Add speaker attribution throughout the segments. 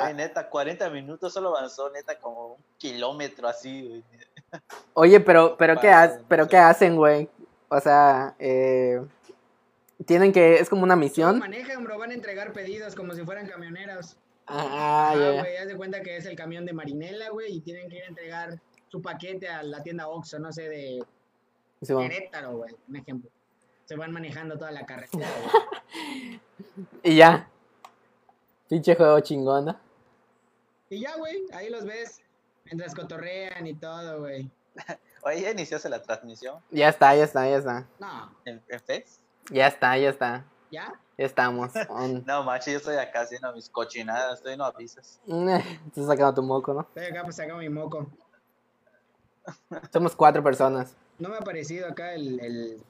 Speaker 1: Ay, neta, 40 minutos solo avanzó, neta, como un kilómetro así, güey.
Speaker 2: Oye, pero, pero, ¿qué, ha-
Speaker 1: Pasa,
Speaker 2: pero
Speaker 1: no
Speaker 2: ¿qué
Speaker 1: sé.
Speaker 2: hacen, güey? O sea, eh, tienen que... Es como una
Speaker 3: No
Speaker 2: misión.
Speaker 3: manejan, bro, van a entregar pedidos como si fueran camioneros.
Speaker 2: Ah, ya, ya.
Speaker 3: güey, haz de cuenta que es el camión de Marinela, güey, y tienen que ir a entregar su paquete a la tienda Oxxo, no sé, de
Speaker 2: Sí, bueno.
Speaker 3: Querétaro, güey, un ejemplo. Se van manejando toda la carretera, güey.
Speaker 2: Y ya. Pinche juego chingón, ¿no?
Speaker 3: Y ya, güey, ahí los ves mientras cotorrean y todo, güey.
Speaker 1: Oye, ya iniciaste la transmisión
Speaker 2: Ya está, ya está, ya está.
Speaker 3: No,
Speaker 1: en, en Face.
Speaker 2: Ya está, ya está.
Speaker 3: ¿ya?
Speaker 2: Ya estamos. on.
Speaker 1: No, macho, yo estoy acá haciendo mis cochinadas, estoy no avisas.
Speaker 2: Estás sacando tu moco, ¿no?
Speaker 3: Estoy acá, pues saco mi moco.
Speaker 2: Somos cuatro personas.
Speaker 3: No me ha aparecido acá el... el...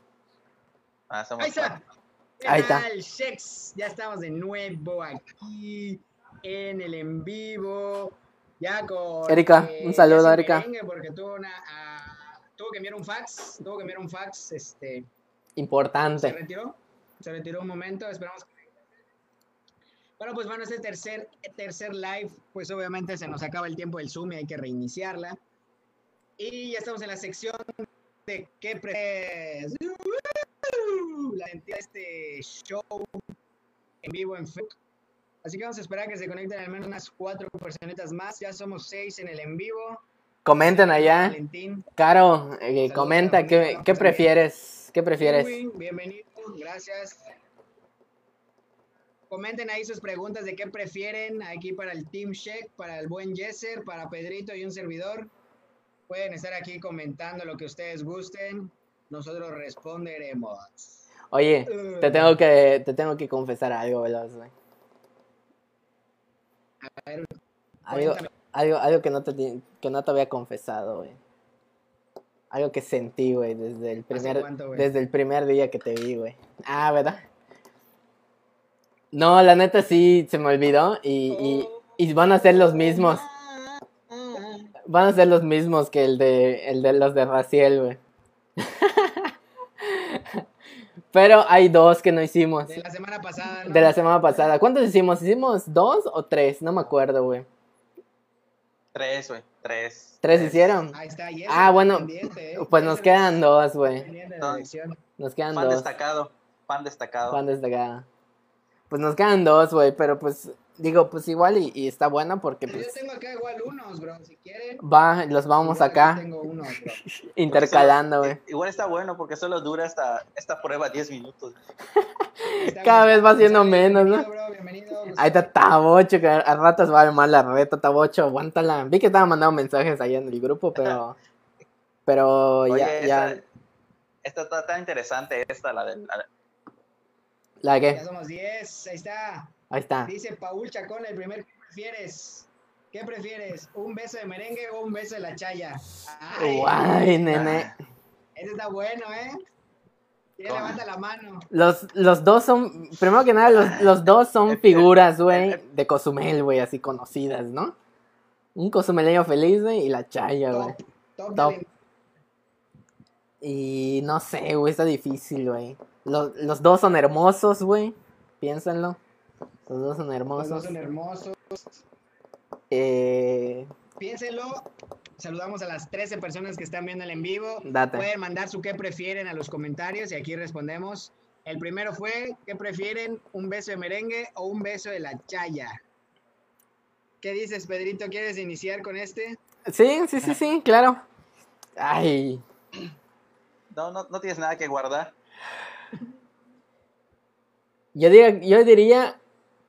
Speaker 1: Ah, somos
Speaker 3: Ahí está.
Speaker 1: cuatro.
Speaker 3: ¿Qué
Speaker 2: Ahí está.
Speaker 3: tal, Shex? Ya estamos de nuevo aquí en el en vivo. Ya con.
Speaker 2: Erika, un saludo,
Speaker 3: sin
Speaker 2: Erika.
Speaker 3: merengue, Porque tuvo, una, ah, tuvo que enviar un fax. Tuvo que enviar un fax. Este, Se
Speaker 2: Importante.
Speaker 3: retiró. Se retiró un momento. Esperamos que. Bueno, pues bueno, este tercer, tercer live, pues obviamente se nos acaba el tiempo del Zoom y hay que reiniciarla. Y ya estamos en la sección de qué prefieres. La identidad de este show en vivo en Facebook. Así que vamos a esperar a que se conecten al menos unas cuatro personitas más. Ya somos seis en el en vivo.
Speaker 2: Comenten allá.
Speaker 3: Valentín.
Speaker 2: Caro, eh,
Speaker 3: Saludos,
Speaker 2: comenta,
Speaker 3: Carolina,
Speaker 2: ¿qué,
Speaker 3: vamos
Speaker 2: qué
Speaker 3: a ver.
Speaker 2: prefieres? ¿Qué prefieres?
Speaker 3: Edwin, bienvenido, gracias. Comenten ahí sus preguntas de qué prefieren aquí para el Team Check, para el buen Yeser, para Pedrito y un servidor. Pueden estar aquí comentando lo que ustedes gusten. Nosotros responderemos.
Speaker 2: Oye, te tengo que, te tengo que confesar algo, veloz, güey. Algo,
Speaker 3: cuéntame.
Speaker 2: algo, algo que, no te, ti- que no te había confesado, güey. Algo que sentí, güey, desde el primer,
Speaker 3: cuánto, güey?
Speaker 2: desde el primer día que te vi, güey. Ah, ¿verdad? No, la neta sí se me olvidó y, y, y van a ser los mismos. Van a ser los mismos que el de, el de los de Raciel, güey. Pero hay dos que no hicimos.
Speaker 3: De la semana pasada. ¿no?
Speaker 2: De la semana pasada. ¿Cuántos hicimos? ¿Hicimos dos o tres? No me acuerdo, güey.
Speaker 1: Tres, güey, tres.
Speaker 2: ¿Tres hicieron?
Speaker 3: Ahí está Yeser,
Speaker 2: Ah, bueno,
Speaker 3: pendiente, eh.
Speaker 2: Pues nos
Speaker 3: Yeser,
Speaker 2: quedan dos, ¿eh? güey.
Speaker 3: pendiente de la elección.
Speaker 2: Nos quedan
Speaker 1: Fan
Speaker 2: dos.
Speaker 1: destacado, fan destacado.
Speaker 2: Juan destacado. Pues nos quedan dos, güey. Pero pues, digo, pues igual y, y está bueno porque
Speaker 3: Yo
Speaker 2: pues
Speaker 3: tengo acá igual unos, bro, si quieren.
Speaker 2: va, los vamos
Speaker 3: Yo aquí
Speaker 2: acá
Speaker 3: Tengo unos, bro.
Speaker 1: Porque
Speaker 2: intercalando,
Speaker 1: solo-
Speaker 2: güey.
Speaker 1: Igual está bueno porque solo dura esta, esta prueba 10 minutos.
Speaker 3: Está
Speaker 2: Cada vez va
Speaker 3: Gustavo
Speaker 2: siendo
Speaker 3: González,
Speaker 2: menos, ¿no?
Speaker 3: bienvenido, bro, bienvenido,
Speaker 2: Ahí está
Speaker 3: Gustavo.
Speaker 2: Tabocho, que a ratos va mal la reta, Tabocho, aguántala. Vi que estaba mandando mensajes ahí en el grupo, pero. Pero
Speaker 1: Oye,
Speaker 2: ya, ya.
Speaker 1: esta, esta está tan interesante, esta, la de... la de-
Speaker 2: ¿La
Speaker 3: Ya
Speaker 2: qué?
Speaker 3: somos 10, ahí está.
Speaker 2: Ahí está.
Speaker 3: Dice Paul Chacón, el primer que prefieres. ¿Qué prefieres? ¿Un beso de merengue o un beso de la chaya? Ay,
Speaker 2: Guay, nene.
Speaker 3: Ese está bueno, ¿eh? ¿Quién
Speaker 1: Toma.
Speaker 3: levanta la mano?
Speaker 2: Los, los dos son. Primero que nada, los, los dos son figuras, güey, de Cozumel, güey, así conocidas, ¿no? Un cozumeleño feliz, güey, y la chaya, güey.
Speaker 3: Top, top,
Speaker 2: Top.
Speaker 3: del-
Speaker 2: Y no sé, güey, está difícil, güey. Los, los dos son hermosos, güey. Piénsenlo. Los dos son
Speaker 3: Los dos
Speaker 2: hermosos.
Speaker 3: son hermosos.
Speaker 2: Eh,
Speaker 3: Piénselo. Saludamos a las 13 personas que están viendo el en vivo.
Speaker 2: date.
Speaker 3: Pueden mandar su qué prefieren a los comentarios y aquí respondemos. El primero fue, ¿qué prefieren? ¿Un beso de merengue o un beso de la chaya? ¿Qué dices, Pedrito? ¿Quieres iniciar con este?
Speaker 2: Sí, sí, sí, sí, claro. Ay,
Speaker 1: No, no, no tienes nada que guardar.
Speaker 2: yo, diría, yo diría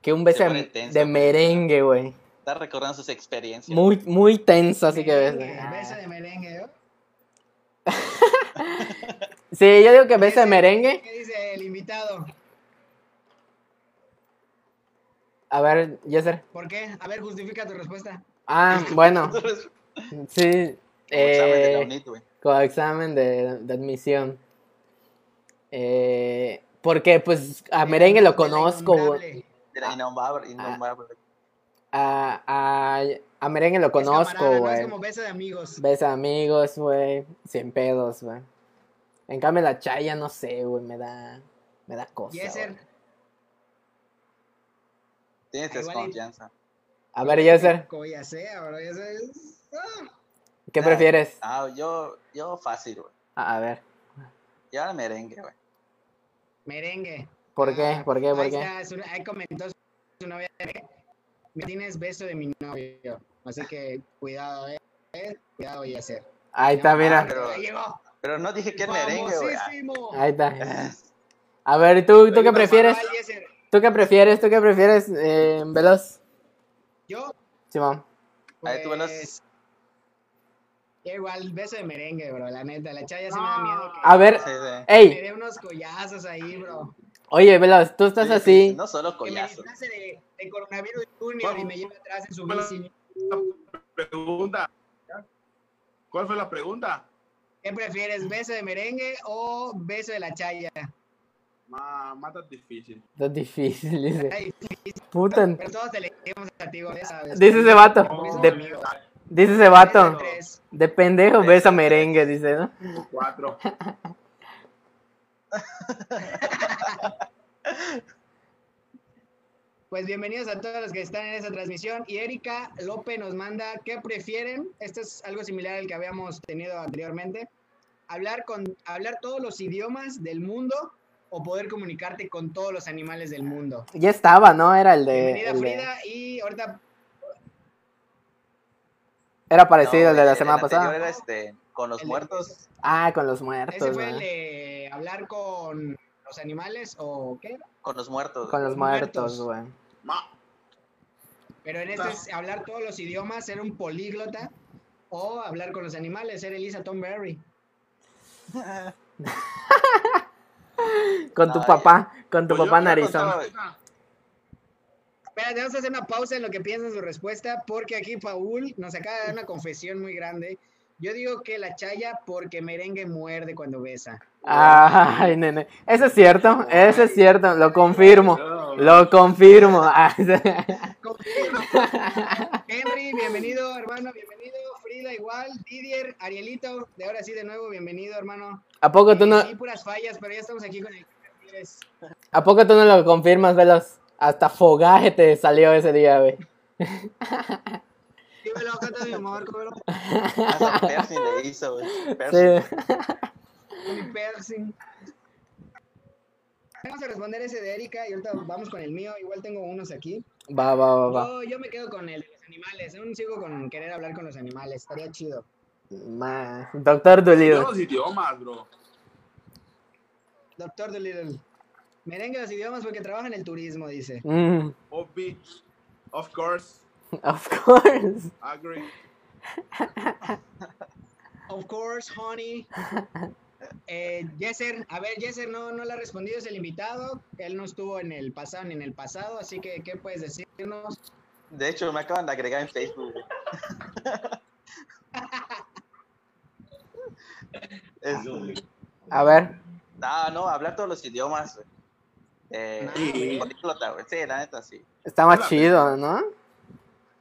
Speaker 2: que un beso
Speaker 1: Se pone
Speaker 2: de,
Speaker 1: tenso,
Speaker 2: de
Speaker 1: güey.
Speaker 2: merengue, güey.
Speaker 1: Está recordando sus experiencias.
Speaker 2: Muy, muy tenso, así que
Speaker 3: Merengue,
Speaker 2: beso.
Speaker 3: Eh, Beso de merengue. ¿no?
Speaker 2: Sí, yo digo que beso de
Speaker 3: Ese-
Speaker 2: merengue.
Speaker 3: ¿Qué dice el invitado?
Speaker 2: A ver, Yeser.
Speaker 3: ¿Por qué? A ver, justifica tu respuesta.
Speaker 2: Ah, bueno,
Speaker 1: Entonces,
Speaker 2: sí.
Speaker 1: como examen de la
Speaker 2: Eh,
Speaker 1: UNIT, güey.
Speaker 2: con examen de, de admisión. Eh, porque, pues, a
Speaker 3: El
Speaker 2: merengue lo
Speaker 3: innombrable,
Speaker 2: conozco, güey.
Speaker 3: innombrable.
Speaker 1: De la innombrable,
Speaker 3: Ah,
Speaker 1: innombrable.
Speaker 2: A, a- a merengue lo
Speaker 3: Es camarada,
Speaker 2: conozco,
Speaker 3: ¿no? Es
Speaker 2: güey.
Speaker 3: como beso de amigos.
Speaker 2: Ves a amigos, güey. Sin pedos, güey. En cambio, la chaya, no sé, güey. Me da. Me da cosa.
Speaker 3: Yeser,
Speaker 2: güey.
Speaker 1: Tienes
Speaker 3: ah, Igual y-
Speaker 1: desconfianza.
Speaker 2: A ver, Yeser,
Speaker 3: Coya sea, bro. Ya sabes. Ah,
Speaker 2: ¿qué
Speaker 1: Ah,
Speaker 2: prefieres?
Speaker 1: Ah, yo, yo fácil, güey.
Speaker 2: A a ver,
Speaker 1: Yo al merengue, güey.
Speaker 3: merengue.
Speaker 2: ¿por qué? ¿Por qué? ¿Por
Speaker 3: Ah, Ahí
Speaker 2: qué?
Speaker 3: está, su- ahí comentó su novia. Me tienes beso de mi novio. Así que cuidado, eh. eh, Cuidado, y hacer.
Speaker 2: Ahí está, mira.
Speaker 1: pero-
Speaker 3: Llegó.
Speaker 1: Pero no dije que es merengue, güey. Ah,
Speaker 3: Famosísimo.
Speaker 2: Ahí está. A ver, ¿tú, tú qué
Speaker 3: Saludos,
Speaker 2: prefieres?
Speaker 3: Manuel Yeser.
Speaker 2: ¿Tú qué prefieres? ¿Tú qué prefieres? Eh, Veloz,
Speaker 3: Yo,
Speaker 2: Simón.
Speaker 1: Ahí tú velas.
Speaker 3: pues, ya Igual, beso de merengue, bro. La neta, la chava ya se me da miedo. que
Speaker 2: A ver,
Speaker 1: Ah, sí, sí.
Speaker 3: Me
Speaker 2: ey,
Speaker 3: dé unos collazos ahí, bro.
Speaker 2: oye, Veloz, tú estás
Speaker 1: Sí,
Speaker 2: así.
Speaker 1: No solo
Speaker 3: Que me
Speaker 1: collazo.
Speaker 3: disfrace de, de coronavirus junior y me lleve atrás en su
Speaker 4: Bueno.
Speaker 3: bici.
Speaker 4: pregunta. ¿Cuál fue la pregunta?
Speaker 3: ¿Qué prefieres, beso de merengue o beso de la chaya?
Speaker 4: Ma- Más tan difícil.
Speaker 2: Está difícil, dice.
Speaker 3: Ay,
Speaker 2: Puta,
Speaker 3: pero todos te elegimos a ti, güey, ¿sabes?
Speaker 2: dice ese vato.
Speaker 3: Beso de
Speaker 2: De-
Speaker 3: amigo.
Speaker 2: dice ese
Speaker 3: Beso de
Speaker 2: vato.
Speaker 3: tres.
Speaker 2: De pendejo besa merengue, dice, ¿no?
Speaker 4: Cuatro.
Speaker 3: Pues bienvenidos a todos los que están en esta transmisión. Y Erika López nos manda, ¿qué prefieren? Esto es algo similar al que habíamos tenido anteriormente. Hablar, con, hablar todos los idiomas del mundo o poder comunicarte con todos los animales del mundo.
Speaker 2: Ya estaba, ¿no? Era el de.
Speaker 3: Bienvenida
Speaker 2: el de-
Speaker 3: Frida y ahorita...
Speaker 2: Era parecido
Speaker 1: No,
Speaker 2: al de
Speaker 1: güey,
Speaker 2: Pues la
Speaker 1: el
Speaker 2: semana
Speaker 1: anterior
Speaker 2: pasada.
Speaker 1: Era este, con los
Speaker 3: El de-
Speaker 1: muertos.
Speaker 2: Ah, con los
Speaker 3: Ese
Speaker 2: muertos,
Speaker 3: fue el
Speaker 2: ¿no?
Speaker 3: de hablar con los animales o qué.
Speaker 1: Con los muertos.
Speaker 2: Con los muertos,
Speaker 3: muertos.
Speaker 2: güey.
Speaker 4: Ma-
Speaker 3: Pero en este es hablar todos los idiomas, ser un políglota o hablar con los animales, ser Elisa Tom Berry.
Speaker 2: Con tu
Speaker 1: Ay,
Speaker 2: papá, con tu
Speaker 4: Pues yo
Speaker 2: papá
Speaker 4: ya
Speaker 2: narizón.
Speaker 4: contaba-
Speaker 3: Espérate, vamos a hacer una pausa en lo que piensan su respuesta, porque aquí Paul nos acaba de dar una confesión muy grande. Yo digo que la chaya porque merengue muerde cuando besa.
Speaker 2: Ay, nene. Eso es cierto, eso es cierto, lo confirmo.
Speaker 4: No,
Speaker 2: Lo confirmo. Ah,
Speaker 3: Henry, bienvenido, hermano, bienvenido. Frida, igual. Didier, Arielito, de ahora sí de nuevo, bienvenido, hermano.
Speaker 2: ¿A poco tú Pues, no,
Speaker 3: Sí, puras fallas, pero ya estamos aquí con el...
Speaker 2: a poco tú no lo confirmas, Velos? Hasta fogaje te salió ese día, güey.
Speaker 3: Dímelo, canta mi amor, cómelo.
Speaker 1: Hasta Ah, Percy le hizo, güey. Percy.
Speaker 2: Sí.
Speaker 3: Mi piercing. Vamos a responder ese de Erika y ahorita vamos con el mío. Igual tengo unos aquí.
Speaker 2: Va, va, va, va.
Speaker 3: Yo, yo me quedo con el de los animales. Aún sigo con querer hablar con los animales. Estaría chido.
Speaker 2: Ma, Doctor
Speaker 4: yo
Speaker 2: Dolido.
Speaker 4: los idiomas, bro.
Speaker 3: Doctor Dolittle. Merengue los idiomas porque trabaja en el turismo, dice.
Speaker 2: Mm,
Speaker 4: Obvi. Of course.
Speaker 2: of course.
Speaker 4: Agree.
Speaker 3: Of course, honey. Eh, Yeser, a ver, Yeser no, no le ha respondido, es el invitado. Él no estuvo en el pasado ni en el pasado, así que, ¿qué puedes decirnos?
Speaker 1: De hecho, me acaban de agregar en Facebook. güey. Es-
Speaker 2: A ver.
Speaker 1: no, no, hablar todos los idiomas. güey. Eh,
Speaker 4: Sí.
Speaker 1: políglota, güey. Sí, la neta, sí.
Speaker 2: Está más chido, ¿no?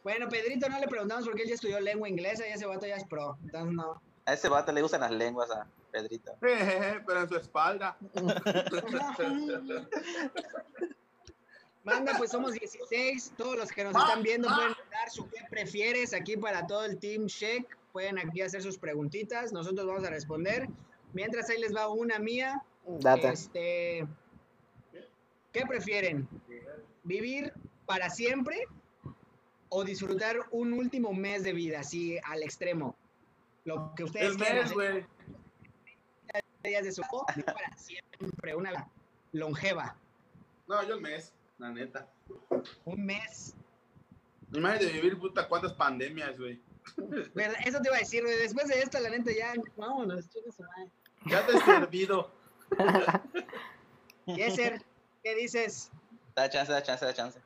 Speaker 3: Bueno, Pedrito no le preguntamos porque él ya estudió lengua inglesa y ese vato ya es pro. Entonces, no.
Speaker 1: A ese vato le usan las lenguas a Pedrito.
Speaker 4: Jejeje, Pero en su espalda.
Speaker 3: Manda, pues somos 16. Todos los que nos
Speaker 4: Ah,
Speaker 3: están viendo
Speaker 4: ah.
Speaker 3: pueden dar su qué prefieres aquí para todo el Team Check. Pueden aquí hacer sus preguntitas. Nosotros vamos a responder. Mientras ahí les va una mía.
Speaker 2: Date.
Speaker 3: Este, ¿Qué prefieren? ¿Vivir para siempre o disfrutar un último mes de vida así al extremo? Lo que ustedes
Speaker 4: El
Speaker 3: quieran.
Speaker 4: mes, güey.
Speaker 3: días de su o vivir para siempre, una vida longeva,
Speaker 4: No, yo el mes, la neta.
Speaker 3: un mes.
Speaker 4: Imagínate vivir, puta, cuántas pandemias, güey.
Speaker 3: ¿Verdad? Eso te iba a decir, güey. Después de esto, la neta, ya vámonos, chicos.
Speaker 4: Ya te he servido.
Speaker 3: Yeser, ¿qué dices?
Speaker 1: Da chance, da chance, da chance.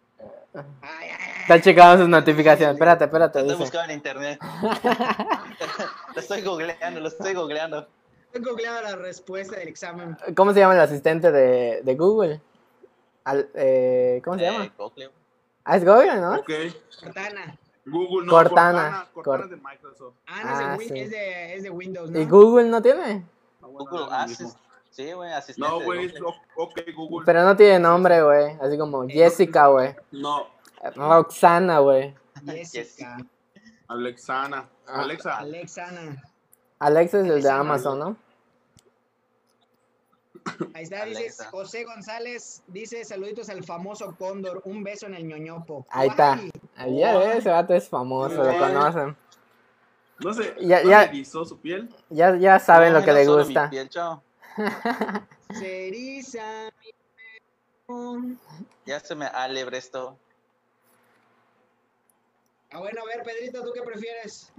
Speaker 3: Ay, ay, ay.
Speaker 2: Está checando sus notificaciones. Espérate, espérate.
Speaker 1: Lo estoy
Speaker 2: Dice.
Speaker 1: buscando en internet. lo estoy googleando, lo estoy googleando.
Speaker 3: Estoy googleando la respuesta del examen.
Speaker 2: ¿Cómo se llama el asistente de, de Google? Al- eh, ¿Cómo se
Speaker 1: Eh,
Speaker 2: llama?
Speaker 1: Google.
Speaker 2: Ah, es Google, ¿no?
Speaker 4: Ok.
Speaker 3: Cortana.
Speaker 4: Google, no.
Speaker 2: Cortana.
Speaker 4: Cortana, Cortana
Speaker 2: Cor-
Speaker 4: es de Microsoft.
Speaker 3: Ah, no, es, de
Speaker 2: Ah,
Speaker 3: Win-
Speaker 2: sí.
Speaker 3: es de, es de Windows, ¿no?
Speaker 2: ¿Y Google no tiene?
Speaker 4: No, Ah, bueno,
Speaker 1: Google
Speaker 4: da lo mismo.
Speaker 1: Assist. Sí, güey, asistente.
Speaker 4: No,
Speaker 1: de
Speaker 4: güey,
Speaker 1: Google.
Speaker 4: es o- ok, Google.
Speaker 2: Pero no tiene nombre, güey. Así como Jessica, güey.
Speaker 4: No,
Speaker 2: Roxana, güey.
Speaker 3: Jessica.
Speaker 4: Alexana.
Speaker 2: Ah.
Speaker 4: Alexa.
Speaker 3: Alexana.
Speaker 2: Alexa es el de
Speaker 3: Esa no
Speaker 2: Amazon, ¿no?
Speaker 3: Ahí está, dices
Speaker 1: Alexa.
Speaker 3: José González, dice saluditos al famoso Cóndor, un beso en el ñoñopo.
Speaker 2: Ahí está.
Speaker 3: Ay,
Speaker 2: Ahí ya ves, ese vato es famoso, lo
Speaker 4: Ay.
Speaker 2: conocen.
Speaker 4: No sé.
Speaker 2: Ya-
Speaker 4: ¿no
Speaker 2: ya-
Speaker 4: le erizó su piel?
Speaker 2: Ya, ya saben lo que le gusta.
Speaker 3: Se eriza mi pelo.
Speaker 1: Ya se me alebre esto.
Speaker 3: Ah, bueno, a ver, Pedrito, ¿tú qué prefieres?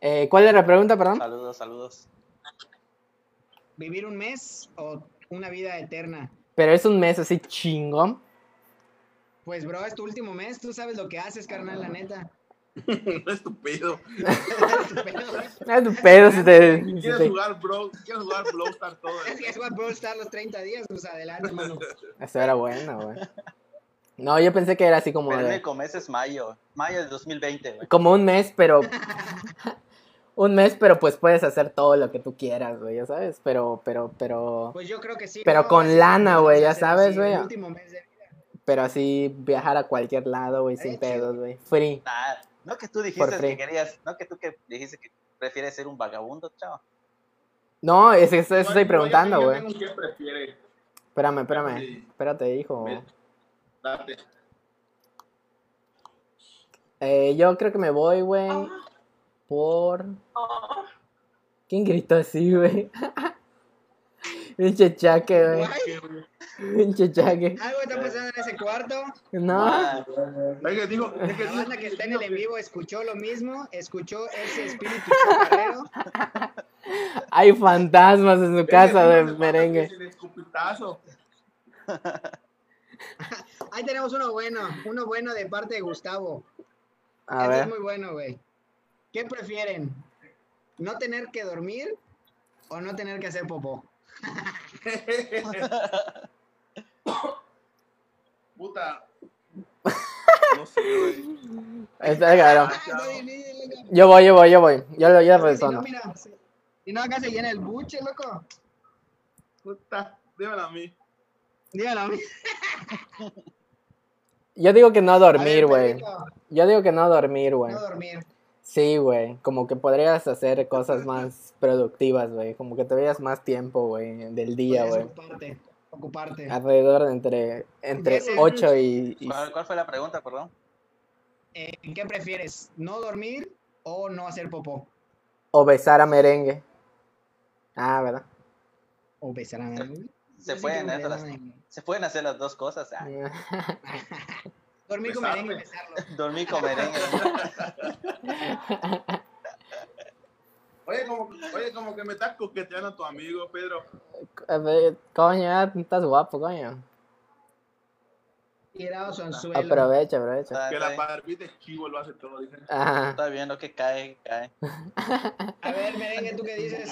Speaker 2: Eh, ¿Cuál era la pregunta, perdón?
Speaker 1: Saludos, saludos.
Speaker 3: ¿Vivir un mes o una vida eterna?
Speaker 2: Pero es un mes así chingón.
Speaker 3: Pues, bro, es tu último mes, tú sabes lo que haces, carnal, la neta.
Speaker 4: Estúpido.
Speaker 2: No es tu pedo si te. si
Speaker 4: ¿Quieres
Speaker 2: te-
Speaker 4: jugar, bro? ¿Quieres jugar Blowstar todo? el
Speaker 3: Es que
Speaker 4: mes?
Speaker 3: es Bad Brawl Star los 30 días, pues adelante, mano.
Speaker 2: Esa era buena, güey. No, yo pensé que era así como
Speaker 1: Pero el
Speaker 2: de-
Speaker 1: único mes es mayo. Mayo del 2020, güey.
Speaker 2: como un mes, pero. un mes, pero pues puedes hacer todo lo que tú quieras, güey, ya sabes. Pero, pero, pero.
Speaker 3: Pues yo creo que sí.
Speaker 2: Pero con
Speaker 3: Así
Speaker 2: lana,
Speaker 3: lo
Speaker 2: güey,
Speaker 3: vamos a
Speaker 2: ya
Speaker 3: hacer
Speaker 2: sabes,
Speaker 3: así,
Speaker 2: güey.
Speaker 3: El último mes de...
Speaker 2: Pero así viajar a cualquier lado, güey, sin
Speaker 4: Eh,
Speaker 3: Estaría chido.
Speaker 2: pedos, güey. Free.
Speaker 1: Nah, Ah, no que tú
Speaker 2: Por
Speaker 1: dijiste
Speaker 2: free.
Speaker 1: que querías, no que tú que dijiste que prefieres ser un vagabundo, chao.
Speaker 2: No, es, es- eso
Speaker 4: No,
Speaker 2: estoy
Speaker 4: yo
Speaker 2: preguntando,
Speaker 4: tengo-
Speaker 2: güey.
Speaker 4: yo tengo ¿Qué prefiere?
Speaker 2: Espérame, espérame. Oh.
Speaker 4: Sí.
Speaker 2: Espérate, hijo.
Speaker 4: Mira. Date.
Speaker 2: Eh, yo creo que me voy, güey.
Speaker 3: Ah.
Speaker 2: Por. ¿Quién gritó así, güey? Pinche chaque, güey.
Speaker 3: Ay,
Speaker 2: Pinche chaque.
Speaker 3: Algo está pasando en ese cuarto.
Speaker 2: No.
Speaker 1: Ah,
Speaker 4: Oiga, dijo, es que
Speaker 2: Pues,
Speaker 3: La
Speaker 4: dijo,
Speaker 3: banda que está en el en vivo escuchó lo mismo, escuchó ese espíritu chacarrero.
Speaker 2: Hay fantasmas en su casa
Speaker 4: Venga,
Speaker 2: de
Speaker 4: venga,
Speaker 2: merengue.
Speaker 4: sin escupitazo.
Speaker 3: Ahí tenemos uno bueno, uno bueno de parte de Gustavo.
Speaker 2: A
Speaker 3: Este es
Speaker 2: ver.
Speaker 3: muy bueno, güey. ¿Qué prefieren? ¿No tener que dormir o no tener que hacer popó?
Speaker 4: Puta. No sé, güey.
Speaker 2: Está claro.
Speaker 3: Ah, está bien, sí, loco.
Speaker 2: Yo voy, yo voy, yo voy. Yo lo yo
Speaker 3: Si no,
Speaker 2: resono.
Speaker 3: mira, si- si no, acá se llena el buche, loco.
Speaker 4: Puta, dímelo a mí.
Speaker 3: Dígalo a mí.
Speaker 2: Yo digo que no dormir,
Speaker 3: A ver,
Speaker 2: güey.
Speaker 3: Pedrito,
Speaker 2: Yo digo que no dormir, güey.
Speaker 3: No dormir.
Speaker 2: Sí, güey. Como que podrías hacer cosas más productivas, güey. Como que te veas más tiempo, güey, del día,
Speaker 3: Podrías
Speaker 2: güey. Ah.
Speaker 3: Ocuparte. ocuparte.
Speaker 2: Alrededor de entre, entre
Speaker 3: Veces.
Speaker 2: 8 y, y-
Speaker 1: ¿cuál, cuál fue la pregunta, perdón?
Speaker 3: Eh, ¿Qué prefieres? ¿No dormir o no hacer popó?
Speaker 2: O besar a merengue. Ah, ¿verdad?
Speaker 3: O besar a nadie.
Speaker 1: Se
Speaker 3: Yo sí
Speaker 1: pueden,
Speaker 3: quiero
Speaker 1: eso
Speaker 3: besar a
Speaker 1: las-
Speaker 3: nadie.
Speaker 1: Se pueden hacer las dos cosas. ah.
Speaker 3: Dormir con
Speaker 4: Besarme.
Speaker 3: merengue y besarlo.
Speaker 1: Dormir con merengue.
Speaker 4: Oye, como, oye, como que me estás coqueteando a tu amigo, Pedro.
Speaker 2: A ver, coño, ah, estás guapo, coño.
Speaker 3: Tirado
Speaker 2: Ah,
Speaker 3: su anzuelo.
Speaker 2: Aprovecha, aprovecha.
Speaker 1: Está,
Speaker 4: Que
Speaker 1: está
Speaker 4: la
Speaker 1: bien,
Speaker 4: barbita es chivo, lo hace todo, dicen.
Speaker 2: Ajá.
Speaker 1: está bien, lo que cae, cae.
Speaker 3: A ver, merengue, ¿tú qué dices?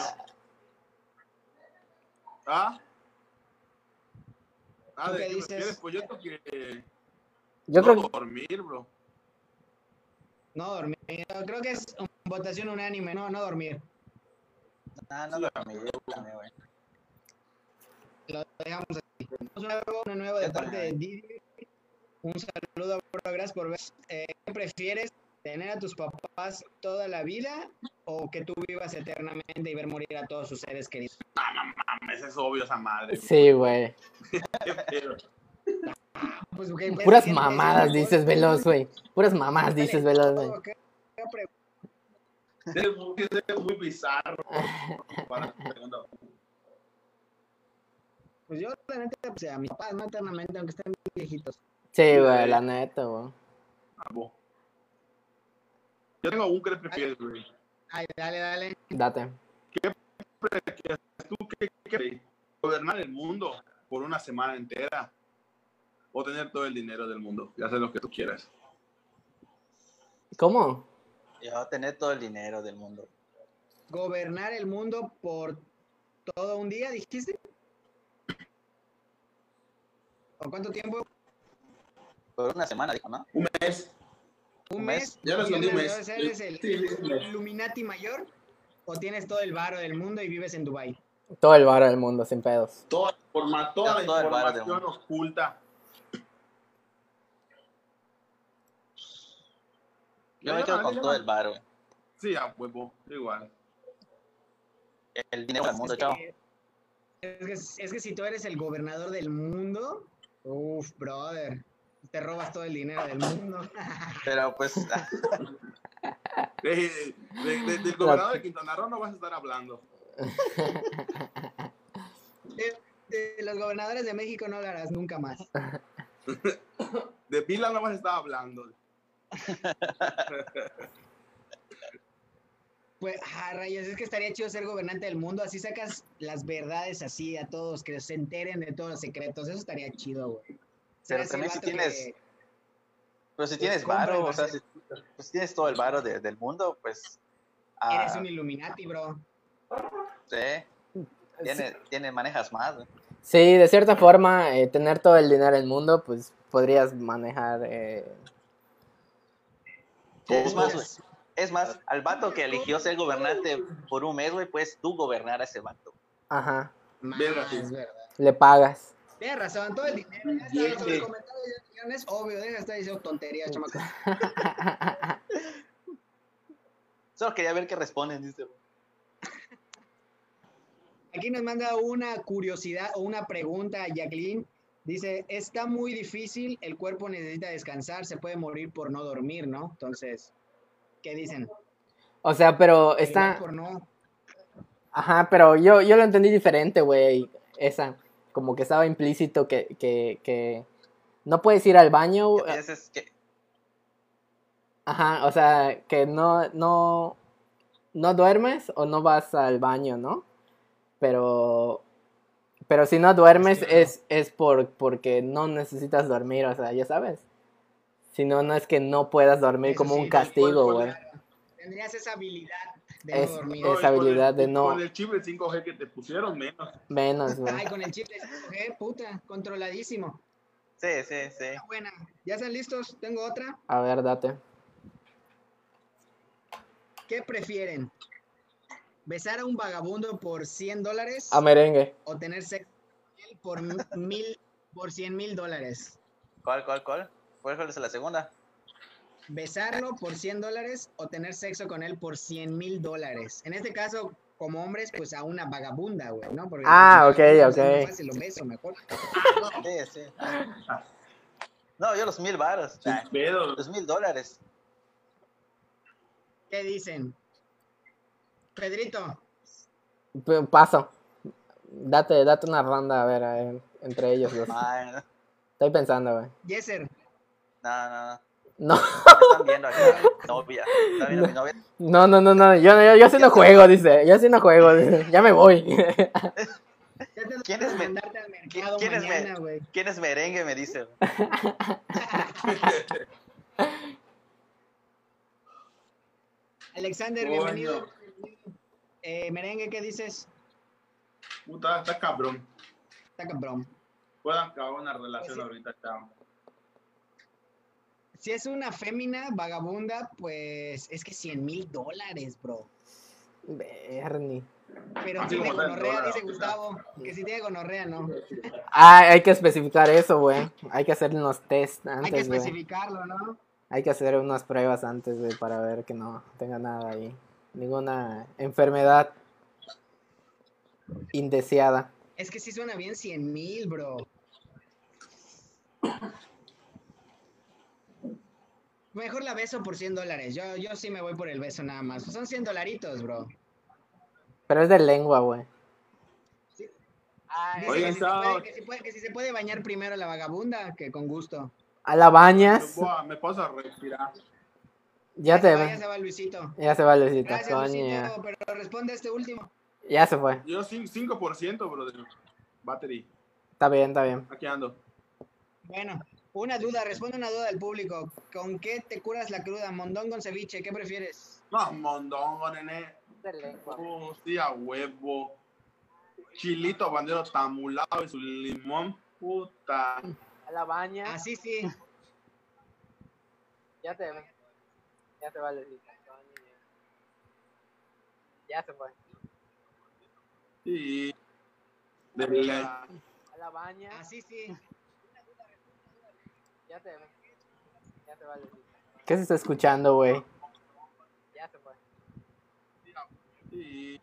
Speaker 4: ¿Ah? Ah,
Speaker 3: ¿Tú
Speaker 4: ¿de
Speaker 3: qué
Speaker 4: qué
Speaker 3: dices?
Speaker 4: prefieres? Pues yo tengo que
Speaker 2: Yo
Speaker 4: no
Speaker 2: creo que
Speaker 4: dormir, bro.
Speaker 3: No dormir. Yo Creo que es un- votación unánime. No, no dormir.
Speaker 1: Ah, no dormir, dormir, güey.
Speaker 3: Lo dejamos así. Tenemos un nuevo, uno nuevo de
Speaker 1: Ya
Speaker 3: parte de
Speaker 1: también.
Speaker 3: Didi. Un saludo, bro. Gracias por ver. Eh, ¿Qué prefieres? ¿Tener a tus papás toda la vida o que tú vivas eternamente y ver morir a todos sus seres queridos?
Speaker 4: Mames, Ah, pues es obvio esa madre.
Speaker 2: sí, güey.
Speaker 4: Pedro.
Speaker 3: Pues, güey, pues,
Speaker 2: Puras
Speaker 3: ¿qué- qué-
Speaker 2: mamadas
Speaker 3: qué-
Speaker 2: dices veloz, güey. Puras mamadas dices veloz, güey.
Speaker 3: ¿Qué- qué pre-
Speaker 4: Es muy, es muy bizarro. Para segundo.
Speaker 3: Pues yo, la neta, pues, a mis papás, no eternamente, aunque estén viejitos.
Speaker 2: Sí, güey, la neta, güey.
Speaker 4: Bravo. Yo tengo un que prefieres, güey.
Speaker 3: Ay, dale, dale.
Speaker 2: Date.
Speaker 4: ¿Tú qué qué prefieres? ¿Gobernar el mundo por una semana entera? ¿O tener todo el dinero del mundo y hacer lo que tú quieras?
Speaker 2: ¿Cómo?
Speaker 1: Yo voy a tener todo el dinero del mundo.
Speaker 3: Gobernar el mundo por todo un día, dijiste. ¿Por cuánto tiempo?
Speaker 1: Por una semana, dijo, ¿no?
Speaker 4: Un mes.
Speaker 3: ¿Un
Speaker 1: Un
Speaker 3: mes?
Speaker 1: mes.
Speaker 4: Ya respondí un mes.
Speaker 3: Entonces, ¿Eres el
Speaker 4: Sí, sí, un mes.
Speaker 3: Illuminati mayor o tienes todo el varo del mundo y vives en Dubai?
Speaker 2: Todo el bar del mundo, sin pedos.
Speaker 4: Toda, forma, toda la
Speaker 1: Todo el barrio.
Speaker 4: información oculta.
Speaker 1: Yo me quedo con todo el bar, güey.
Speaker 4: Sí, a huevo, igual.
Speaker 1: El dinero del mundo,
Speaker 3: es que-
Speaker 1: chao.
Speaker 3: Es que, es que si tú eres el gobernador del mundo, uff, brother, te robas todo el dinero del mundo.
Speaker 1: Pero pues,
Speaker 4: De- de- de- del gobernador de Quintana Roo no vas a estar hablando.
Speaker 3: De, de los gobernadores de México no hablarás nunca más.
Speaker 4: De Pila no vas a estar hablando.
Speaker 3: Pues, ah, rayos, es que estaría chido ser gobernante del mundo, así sacas las verdades así a todos, que se enteren de todos los secretos, eso estaría chido, güey.
Speaker 1: Pero
Speaker 3: Serías el
Speaker 1: también si
Speaker 3: vato que-
Speaker 1: tienes- pero si
Speaker 3: Pues
Speaker 1: tienes
Speaker 3: compra
Speaker 1: varo,
Speaker 3: el
Speaker 1: o sea, si,
Speaker 3: Barça.
Speaker 1: pues, si tienes todo el varo de- del mundo, pues. ah,
Speaker 3: Eres un Illuminati, bro.
Speaker 1: sí, tiene, tiene, manejas más. güey.
Speaker 2: Sí, de cierta forma, eh, tener todo el dinero del mundo, pues podrías manejar. eh,
Speaker 1: Es más, güey, es más, al vato que eligió ser gobernante por un mes, güey, pues tú gobernar a ese vato.
Speaker 2: ajá,
Speaker 3: Más,
Speaker 4: Verga, sí.
Speaker 3: verdad.
Speaker 2: le pagas.
Speaker 3: Tienes razón, todo el dinero. Ya está,
Speaker 1: Sí,
Speaker 3: los
Speaker 1: sí.
Speaker 3: comentarios ya dijeron, es obvio, deja de estar diciendo tonterías, chamaco.
Speaker 1: Solo quería ver qué responden, dice. güey.
Speaker 3: Aquí nos manda una curiosidad o una pregunta a Jacqueline. Dice, está muy difícil, el cuerpo necesita descansar, se puede morir por no dormir, ¿no? Entonces, ¿qué dicen?
Speaker 2: O sea, pero
Speaker 3: Morirá
Speaker 2: está.
Speaker 3: Por no.
Speaker 2: Ajá, pero yo, yo lo entendí diferente, güey. Esa, como que estaba implícito que, que, que no puedes ir al baño. eh,
Speaker 1: Que pienses que-
Speaker 2: Ajá, o sea, que no, no, no duermes o no vas al baño, ¿no? Pero, pero si no duermes
Speaker 3: Claro.
Speaker 2: es, es por, porque no necesitas dormir, o sea, ya sabes. Si no, no es que no puedas dormir
Speaker 3: Eso
Speaker 2: como
Speaker 3: sí,
Speaker 2: un
Speaker 3: el
Speaker 2: castigo,
Speaker 3: cuerpo,
Speaker 2: güey.
Speaker 3: claro. Tendrías esa habilidad de
Speaker 2: Es-
Speaker 3: no dormir.
Speaker 2: Esa habilidad de
Speaker 4: con el,
Speaker 2: no-
Speaker 4: Con el chip de 5G que te pusieron, menos.
Speaker 2: Menos, güey.
Speaker 3: Ay, con el chip de 5G, puta, controladísimo.
Speaker 1: Sí, sí, sí.
Speaker 3: Está buena. ¿Ya están listos? Tengo otra.
Speaker 2: A ver, date.
Speaker 3: ¿Qué prefieren? ¿Besar a un vagabundo por 100 dólares?
Speaker 2: A merengue.
Speaker 3: o tener sexo con él por mi- mil, por cien mil dólares.
Speaker 1: ¿Cuál, cuál, cuál? ¿Cuál cuál es la segunda?
Speaker 3: Besarlo por 100 dólares o tener sexo con él por 100 mil dólares. En este caso, como hombres, pues a una vagabunda, güey, ¿no? Porque
Speaker 2: Ah,
Speaker 3: pues,
Speaker 2: ok,
Speaker 3: pues, es
Speaker 2: ok.
Speaker 3: más fácil, lo beso mejor.
Speaker 1: Sí, sí. No, yo los mil varos.
Speaker 4: Sin
Speaker 1: Ay,
Speaker 4: pedo.
Speaker 1: Los mil dólares.
Speaker 3: ¿Qué dicen? Pedrito,
Speaker 2: P- Paso. Date, date una ronda, a ver, a ver, entre ellos dos.
Speaker 1: Ay, no,
Speaker 2: Estoy pensando, güey.
Speaker 3: Yeser,
Speaker 1: no, no.
Speaker 2: No,
Speaker 1: Me están viendo aquí a mi novia. Están viendo a mi novia.
Speaker 2: no, no, no, no. Yo, yo, yo sí no juego, dice. Yo sí no juego, dice. Ya me voy.
Speaker 3: ya te
Speaker 1: ¿Quién es
Speaker 3: toca
Speaker 1: me-
Speaker 3: mandarte al mercado
Speaker 1: quién es me-
Speaker 3: mañana, güey.
Speaker 1: ¿Quién es merengue? Me dice.
Speaker 3: Alexander,
Speaker 4: Coño.
Speaker 3: bienvenido. Eh, merengue, ¿qué dices?
Speaker 4: Puta, está cabrón.
Speaker 3: Está cabrón.
Speaker 4: Puedan acabar una relación
Speaker 3: Sí.
Speaker 4: ahorita, chao.
Speaker 3: Si es una fémina vagabunda, pues es que 100 mil dólares, bro.
Speaker 2: Bernie.
Speaker 3: Pero
Speaker 4: Así
Speaker 3: tiene
Speaker 4: como está el
Speaker 3: gonorrea,
Speaker 4: dólar,
Speaker 3: dice
Speaker 4: o sea.
Speaker 3: Gustavo. Que si tiene gonorrea, no.
Speaker 2: Ah, hay que especificar eso, güey. Hay que hacer unos test
Speaker 3: Hay que
Speaker 2: antes, güey.
Speaker 3: especificarlo, ¿no?
Speaker 2: Hay que hacer unas pruebas antes, güey, para ver que no tenga nada ahí. Ninguna enfermedad indeseada.
Speaker 3: Es que sí suena bien 100 mil, bro. Mejor la beso por 100 dólares. Yo, yo sí me voy por el beso nada más. Son 100 dolaritos, bro.
Speaker 2: Pero es de lengua, güey.
Speaker 3: Ah, que,
Speaker 4: Oigan,
Speaker 3: si se puede,
Speaker 4: Sao.
Speaker 3: que, si puede- que si se puede bañar primero la vagabunda, que con gusto.
Speaker 2: A la
Speaker 4: Me
Speaker 2: bañas.
Speaker 4: voy a- Me paso a respirar.
Speaker 2: Ya te
Speaker 3: va,
Speaker 2: ve.
Speaker 3: ya se va Luisito.
Speaker 2: Ya se va, Luisito.
Speaker 3: Gracias,
Speaker 2: Coño.
Speaker 3: Luisito, pero responde este último.
Speaker 2: Ya se fue.
Speaker 4: Yo cin- 5%, brother. Battery.
Speaker 2: Está bien, está bien.
Speaker 4: Aquí ando.
Speaker 3: Bueno, una duda, responde una duda del público. ¿Con qué te curas la cruda? Mondón con ceviche, ¿qué prefieres?
Speaker 4: No, mondongo, nene. Oh, sí, a huevo. Chilito bandero tamulado y su limón. Puta.
Speaker 2: A la baña.
Speaker 3: Así Ah, sí.
Speaker 2: Ya te ve. Ya te va, Luisito. Coño. Ya se fue.
Speaker 4: Sí. De la-
Speaker 2: A la baña.
Speaker 3: Ah, Así sí.
Speaker 2: Ya te Ya te va, Luisito. ¿Qué se está escuchando, güey?
Speaker 5: Ya se fue.
Speaker 4: Y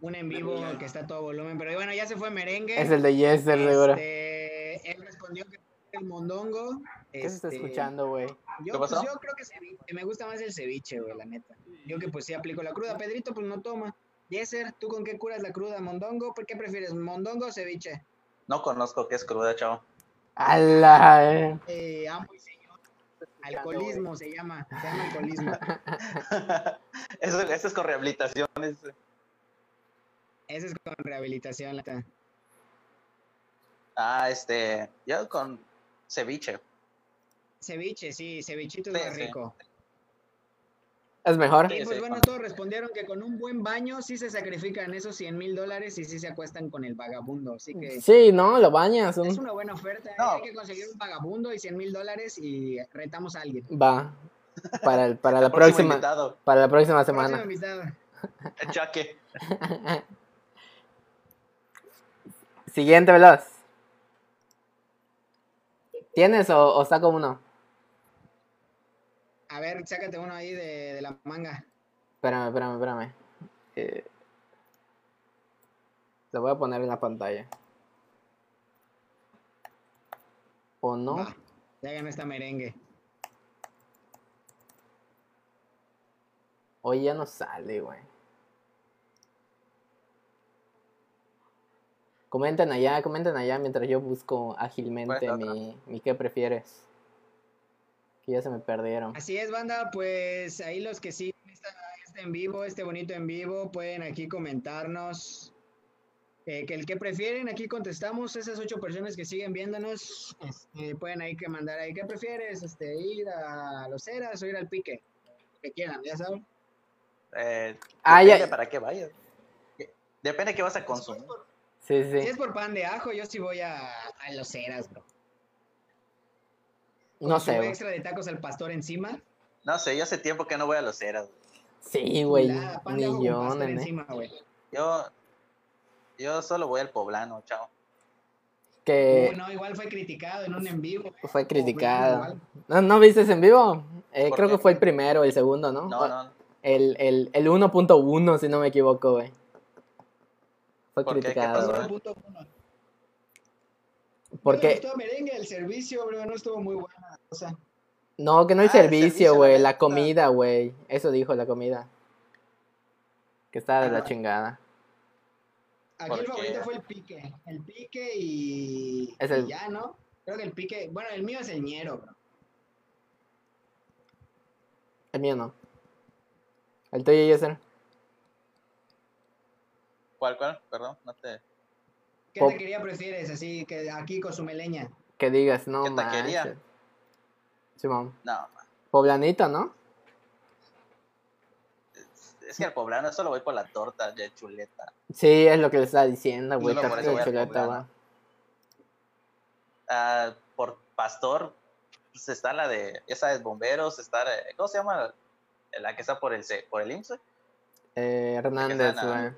Speaker 3: Un en vivo que está a todo volumen, pero bueno, ya se fue merengue.
Speaker 2: Es el de Yester, seguro. ¿Qué
Speaker 3: Este, él respondió que el mondongo.
Speaker 2: se está
Speaker 3: este,
Speaker 2: escuchando, güey?
Speaker 3: Yo,
Speaker 1: ¿Qué
Speaker 3: pues,
Speaker 1: pasó?
Speaker 3: yo creo que, ceviche, que me gusta más el ceviche, güey, la neta. Yo que pues sí aplico la cruda. Pedrito, pues no toma. Yeser, ¿tú con qué curas la cruda? ¿Mondongo? ¿Por qué prefieres? ¿Mondongo o ceviche?
Speaker 1: No conozco qué es cruda, chavo.
Speaker 2: ¡Ala!
Speaker 3: Eh, amo y señor. Alcoholismo se llama. Se llama alcoholismo.
Speaker 1: Eso, eso es con rehabilitación. es-
Speaker 3: Ese es con rehabilitación, la neta.
Speaker 1: Ah, este, yo con ceviche.
Speaker 3: Ceviche, sí, cevichito es
Speaker 1: Sí,
Speaker 3: más
Speaker 1: sí.
Speaker 3: rico.
Speaker 2: ¿Es mejor?
Speaker 1: Sí,
Speaker 3: Y pues
Speaker 1: sí.
Speaker 3: bueno, todos respondieron que con un buen baño sí se sacrifican esos 100 mil dólares y sí se acuestan con el vagabundo. Así que
Speaker 2: Sí, ¿no? Lo bañas. un-
Speaker 3: es una buena oferta. ¿eh?
Speaker 1: No.
Speaker 3: Hay que conseguir un vagabundo y 100 mil dólares y retamos a alguien.
Speaker 2: Va. Para, el- para la
Speaker 1: Próximo
Speaker 2: próxima.
Speaker 1: invitado,
Speaker 2: Para la próxima
Speaker 3: Próxima
Speaker 2: semana.
Speaker 3: invitada.
Speaker 1: Chaque.
Speaker 2: Siguiente, veloz. ¿Tienes o, o saco uno?
Speaker 3: A ver, sácate uno ahí de, de la manga.
Speaker 2: Espérame, espérame, espérame. Eh, Lo voy a poner en la pantalla. ¿O no?
Speaker 3: Va, ya ganó esta merengue.
Speaker 2: Hoy ya no sale, güey. Comenten allá, comenten allá mientras yo busco ágilmente
Speaker 1: Cuenta otra.
Speaker 2: mi, mi qué prefieres. Que ya se me perdieron.
Speaker 3: Así es, banda, pues ahí los que siguen esta- este en vivo, este bonito en vivo, pueden aquí comentarnos eh, que el que prefieren, aquí contestamos, esas ocho personas que siguen viéndonos, este, pueden ahí que mandar ahí, ¿qué prefieres? Este, ir a los eras o ir al pique, Lo que quieran, ya saben.
Speaker 1: Eh,
Speaker 2: Ah,
Speaker 1: depende
Speaker 2: ya.
Speaker 1: para qué vayas. Depende de qué vas a consumir.
Speaker 2: Sí,
Speaker 3: Si
Speaker 2: sí.
Speaker 3: es por pan de ajo, yo sí voy a, a los eras, bro.
Speaker 2: No
Speaker 3: Un
Speaker 2: sé, güey.
Speaker 3: extra de tacos al pastor encima.
Speaker 1: No sé, yo hace tiempo que no voy a los eras.
Speaker 2: Sí, güey.
Speaker 3: chulada, Ah, pan de ajo con pastor
Speaker 2: Millones, ¿eh?
Speaker 3: encima, güey.
Speaker 1: Yo, yo solo voy al poblano, chao.
Speaker 2: Que
Speaker 3: Uy, Uh, no, igual fue criticado en un en vivo. eh.
Speaker 2: Eh, fue
Speaker 3: Igual.
Speaker 2: criticado. ¿No, no viste ese en vivo? Eh,
Speaker 1: ¿Por
Speaker 2: creo
Speaker 1: qué?
Speaker 2: que fue el primero, el segundo, ¿no?
Speaker 1: No, no,
Speaker 2: El, el, el 1.1, si no me equivoco, güey. Fue
Speaker 1: ¿Por qué? ¿Qué
Speaker 2: criticado,
Speaker 1: pasó?
Speaker 2: güey.
Speaker 3: 1.1. No
Speaker 2: Porque
Speaker 3: me gustó merengue el servicio, bro, no estuvo muy buena la cosa.
Speaker 2: No, que no hay
Speaker 1: Ah, el servicio,
Speaker 2: servicio,
Speaker 1: la
Speaker 2: güey. La
Speaker 1: neta.
Speaker 2: comida, güey. Eso dijo la comida. Que está de la chingada.
Speaker 3: Aquí
Speaker 1: ¿Por
Speaker 3: el
Speaker 1: qué?
Speaker 3: favorito fue el pique. El pique y,
Speaker 2: Es
Speaker 3: y
Speaker 2: el-
Speaker 3: ya, ¿no? Creo que el pique, bueno, el mío es el ñero, bro.
Speaker 2: El mío no. El tuyo, Yeser.
Speaker 1: ¿Cuál, cuál? Perdón, no te...
Speaker 3: ¿Qué
Speaker 2: Pop.
Speaker 3: te quería prefieres? Así que aquí con su meleña.
Speaker 2: Que digas, no
Speaker 1: ¿Qué taquería?
Speaker 2: manches. Simón.
Speaker 1: No,
Speaker 2: Poblanito, ¿no?
Speaker 1: es que al poblano solo voy por la torta de chuleta.
Speaker 2: Sí, es lo que le estaba diciendo, güey.
Speaker 1: Solo por
Speaker 2: torta
Speaker 1: eso
Speaker 2: de
Speaker 1: voy al
Speaker 2: chuleta,
Speaker 1: poblano.
Speaker 2: güey.
Speaker 1: Ah, por pastor, pues está la de, esa es bomberos, está, la de- ¿cómo se llama? La que está por el, C- por el IMSS.
Speaker 2: Eh, Hernández,
Speaker 1: Porque
Speaker 2: güey.
Speaker 1: suena-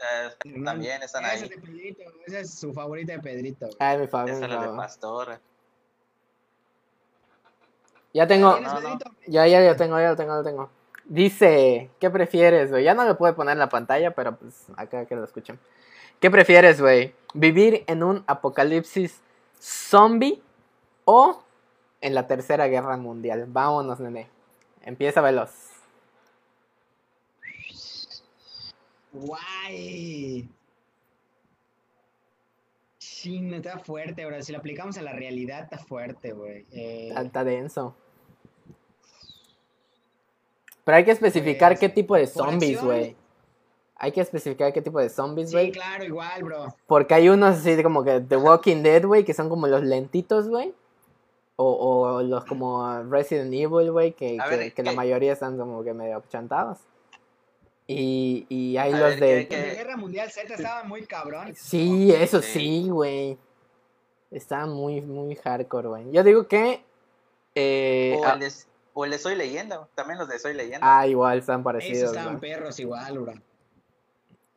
Speaker 1: Eh,
Speaker 2: Mm.
Speaker 1: también están
Speaker 3: Esa es
Speaker 1: ahí.
Speaker 3: de Pedrito, esa es su favorita de Pedrito. bro.
Speaker 2: Ay, mi favor,
Speaker 1: Esa
Speaker 2: mi
Speaker 1: es la de
Speaker 2: favor.
Speaker 1: pastor.
Speaker 2: Ya tengo,
Speaker 3: ¿Tienes,
Speaker 1: no, no.
Speaker 3: Pedrito?
Speaker 2: ya, ya lo tengo, ya lo tengo, ya lo tengo. Dice, ¿qué prefieres, güey? Ya no lo puede poner en la pantalla, pero pues acá que lo escuchen. ¿Qué prefieres, güey? ¿Vivir en un apocalipsis zombie o en la tercera guerra mundial? Vámonos, nene. Empieza veloz.
Speaker 3: Guay. Sí, no está fuerte, bro. Si lo aplicamos a la realidad, está fuerte, güey. Eh,
Speaker 2: Está, está denso. Pero hay que especificar
Speaker 3: Pues,
Speaker 2: qué tipo de
Speaker 3: por
Speaker 2: zombies,
Speaker 3: acción.
Speaker 2: güey. Hay que especificar qué tipo de zombies, güey.
Speaker 3: sí, claro, igual, bro.
Speaker 2: Porque hay unos así de como que The Walking Dead, güey, que son como los lentitos, güey. O, o los como Resident Evil, güey, que,
Speaker 1: A
Speaker 2: que-
Speaker 1: ver,
Speaker 2: que la
Speaker 1: ¿qué?
Speaker 2: mayoría están como que medio chantados. Y, y hay
Speaker 1: A ver,
Speaker 2: los de...
Speaker 1: ¿qué-
Speaker 3: En la
Speaker 1: Eh,
Speaker 3: Guerra Mundial Z estaba muy cabrón.
Speaker 2: Sí, eso
Speaker 1: Sí.
Speaker 2: sí, güey. Está muy, muy hardcore, güey. Yo digo que... eh,
Speaker 1: O
Speaker 2: ah,
Speaker 1: el, de, o el de Soy Leyenda, también los de Soy Leyenda.
Speaker 2: ah, igual, están
Speaker 3: Esos
Speaker 2: parecidos.
Speaker 3: estaban
Speaker 2: güey.
Speaker 3: perros igual, bro.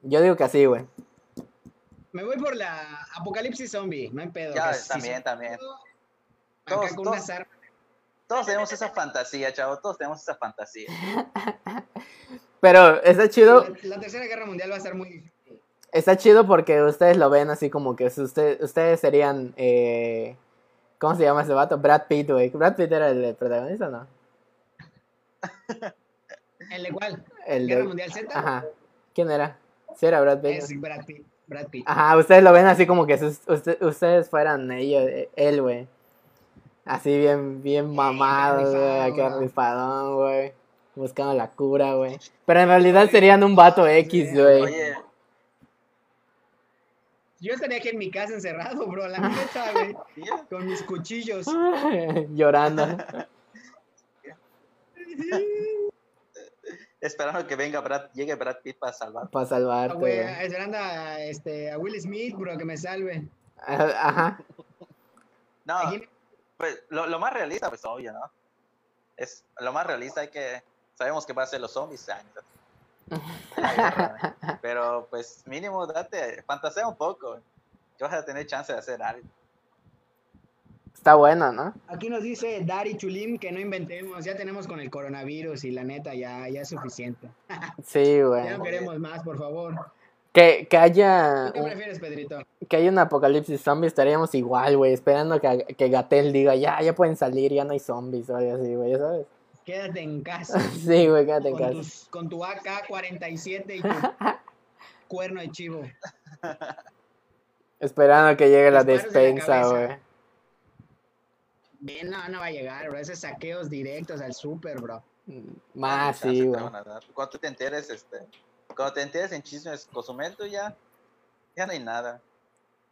Speaker 2: Yo digo que así, güey.
Speaker 3: Me voy por la Apocalipsis Zombie, no hay pedo.
Speaker 1: ya,
Speaker 3: que sí,
Speaker 1: también, también.
Speaker 3: sí. Acá
Speaker 1: Todos,
Speaker 3: con
Speaker 1: todos.
Speaker 3: unas armas.
Speaker 1: Todos tenemos esa fantasía, chavo. Todos tenemos esa fantasía.
Speaker 2: Pero está chido,
Speaker 3: La, la tercera guerra mundial va a estar muy difícil.
Speaker 2: está chido porque ustedes lo ven así como que si usted- ustedes serían, eh, ¿cómo se llama ese vato? Brad Pitt, güey. ¿Brad Pitt era el, el protagonista o no?
Speaker 3: ¿El de cuál?
Speaker 2: El
Speaker 3: ¿Guerra
Speaker 2: de...
Speaker 3: mundial Z?
Speaker 2: Ajá. ¿Quién era? Sí era Brad Pitt.
Speaker 3: Es Brad Pitt. Brad Pitt.
Speaker 2: Ajá, ustedes lo ven así como que sus- usted- ustedes fueran ellos, eh, él, güey. Así bien, bien mamado,
Speaker 3: rifado,
Speaker 2: güey, acá
Speaker 3: ¿no?
Speaker 2: ripadón, güey. Buscando la cura, güey. Pero en realidad serían un vato X, güey.
Speaker 1: Oye,
Speaker 3: Yo estaría aquí en mi casa encerrado, bro, la neta, güey.
Speaker 1: yeah,
Speaker 3: Con mis cuchillos.
Speaker 2: Ah. Llorando.
Speaker 1: esperando que venga Brad, llegue Brad Pitt para salvar.
Speaker 2: Para
Speaker 3: Ah,
Speaker 2: salvarte,
Speaker 3: güey,
Speaker 2: güey.
Speaker 3: esperando a, este, a Will Smith, bro, que me salve.
Speaker 2: Ajá.
Speaker 1: No,
Speaker 3: ¿A quién-
Speaker 1: pues lo, lo más realista, pues obvio, ¿no? Es lo más realista hay que sabemos que va a ser los zombies, ah, la guerra, ¿no? pero pues mínimo date, fantasea un poco, que vas a tener chance de hacer algo.
Speaker 2: Está bueno, ¿no?
Speaker 3: Aquí nos dice Dari Chulim que no inventemos, ya tenemos con el coronavirus y la neta ya, ya es suficiente.
Speaker 2: Sí,
Speaker 3: Ya
Speaker 2: güey.
Speaker 3: no queremos más, por favor.
Speaker 2: Que, que haya
Speaker 3: ¿Tú ¿Qué
Speaker 2: un-
Speaker 3: prefieres, Pedrito?
Speaker 2: que haya un apocalipsis zombie estaríamos igual, güey. Esperando que, que Gatel diga, ya, ya pueden salir, ya no hay zombies o algo así, güey, ¿sabes?
Speaker 3: Quédate en casa.
Speaker 2: Sí, güey, ah, quédate en
Speaker 3: con,
Speaker 2: casa.
Speaker 3: tus- con tu AK-47 y tu cuerno de chivo.
Speaker 2: Esperando que llegue la
Speaker 3: Disparos en la
Speaker 2: despensa,
Speaker 3: cabeza.
Speaker 2: güey.
Speaker 3: Bien, no, no va a llegar, bro. Esos saqueos directos al súper, bro.
Speaker 2: Más,
Speaker 1: Chance
Speaker 2: Ah, sí,
Speaker 1: te
Speaker 2: güey.
Speaker 1: van a dar. Cuando te enteres, este, cuando te enteres en chismes Cozumel, tú ya, ya no hay nada.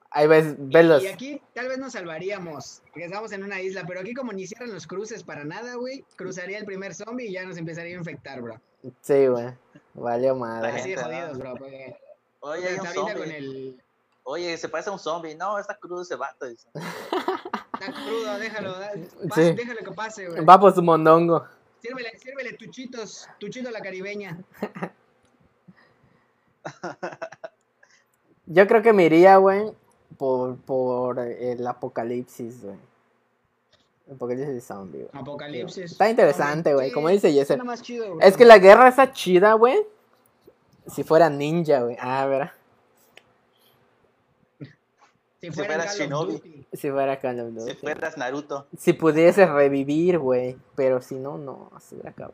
Speaker 2: Ahí ves, ves los...
Speaker 3: Y aquí tal vez nos salvaríamos, porque estamos en una isla, pero aquí como ni cierran los cruces para nada, güey, cruzaría el primer zombie y ya nos empezaría a infectar, bro.
Speaker 2: Sí, güey. Valió madre.
Speaker 3: Así de
Speaker 1: gente, ¿no?
Speaker 3: jodidos, bro. porque-
Speaker 1: Oye, hay un
Speaker 3: Ahorita
Speaker 1: zombie.
Speaker 3: con el...
Speaker 1: Oye, se parece a un zombie. No, está crudo ese vato. dice.
Speaker 3: Está crudo, déjalo, da- pas-
Speaker 2: Sí.
Speaker 3: déjalo que pase, güey.
Speaker 2: Va por su mondongo.
Speaker 3: Sírvele, sírvele tuchitos, tuchito a la caribeña.
Speaker 2: Yo creo que me iría, güey, por, por el apocalipsis, güey. Apocalipsis zombie, güey.
Speaker 3: Apocalipsis.
Speaker 2: Está interesante, güey,
Speaker 3: Sí,
Speaker 2: como dice Yeser.
Speaker 3: suena más chido, güey.
Speaker 2: Es que la guerra está chida, güey. Si fuera ninja, güey. Ah, verá.
Speaker 3: Si
Speaker 1: si fuera
Speaker 3: fuera, Call of
Speaker 1: Shinobi.
Speaker 3: Duty.
Speaker 2: Si fuera Call of Duty.
Speaker 1: Si fueras Naruto.
Speaker 2: Si pudiese revivir, güey. Pero si no, no. Se hubiera acabado.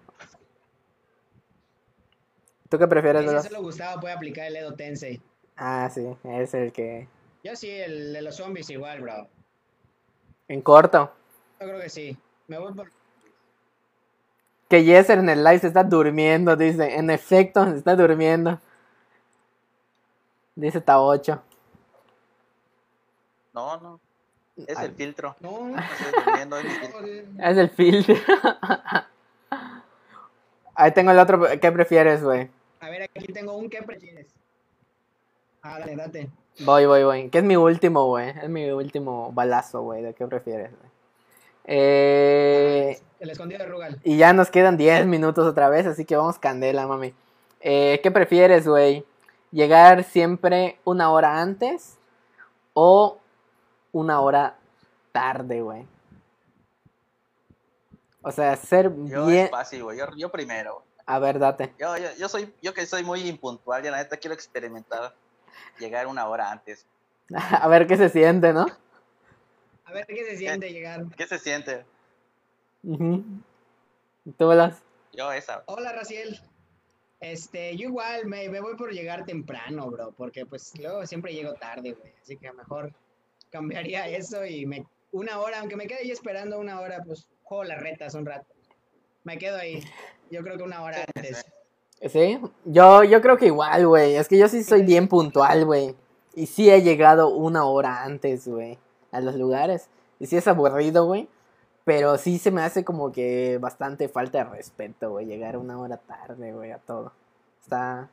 Speaker 2: ¿Tú qué prefieres,
Speaker 3: Dice,
Speaker 2: Velas?
Speaker 3: solo Gustavo puede aplicar el Edo Tensei.
Speaker 2: Ah, sí. Es el que.
Speaker 3: Yo sí, el de los zombies igual, bro.
Speaker 2: En corto.
Speaker 3: Yo creo que sí. Me voy por...
Speaker 2: Que Yeser en el live se está durmiendo, dice. En efecto, se está durmiendo. Dice Taocho.
Speaker 1: No, no. Es
Speaker 2: Ay.
Speaker 1: el filtro.
Speaker 3: No,
Speaker 1: No estoy durmiendo, es mi filtro.
Speaker 3: no,
Speaker 2: Es el filtro. Ahí tengo el otro. ¿Qué prefieres, güey?
Speaker 3: A ver, aquí tengo un ¿qué prefieres? Ah, dale, date.
Speaker 2: Voy, voy, voy. Que es mi último, güey. Es mi último balazo, güey. ¿De qué prefieres, güey? Eh,
Speaker 3: El escondido de Rugal.
Speaker 2: y ya nos quedan
Speaker 1: Eh.
Speaker 2: 10 minutos otra vez, así que vamos candela, mami. Eh, ¿Qué prefieres, güey? ¿Llegar siempre una hora antes o una hora tarde, güey? O sea, ser
Speaker 1: Yo
Speaker 2: bien...
Speaker 1: es fácil, güey. Yo, yo primero. güey.
Speaker 2: A ver, date.
Speaker 1: Yo, yo, yo soy, yo que soy muy impuntual, ya la neta quiero experimentar llegar una hora antes.
Speaker 2: A ver qué se siente, ¿no?
Speaker 3: A ver qué se siente llegar.
Speaker 1: ¿Qué se siente?
Speaker 2: Ujú. ¿Tú velas?
Speaker 1: Yo esa. güey.
Speaker 3: Hola, Raciel. Este, yo igual me, me voy por llegar temprano, bro, porque pues luego siempre llego tarde, güey. Así que mejor cambiaría eso y me una hora, aunque me quede ahí esperando una hora, pues juego las retas un rato. Me quedo ahí. Yo creo que una hora antes.
Speaker 2: Sí, yo, yo creo que igual, güey. Es que yo sí soy bien puntual, güey. Y sí he llegado una hora antes, güey, a los lugares. Y sí es aburrido, güey. Pero sí se me hace como que bastante falta de respeto, güey, llegar una hora tarde, güey, a todo. Está...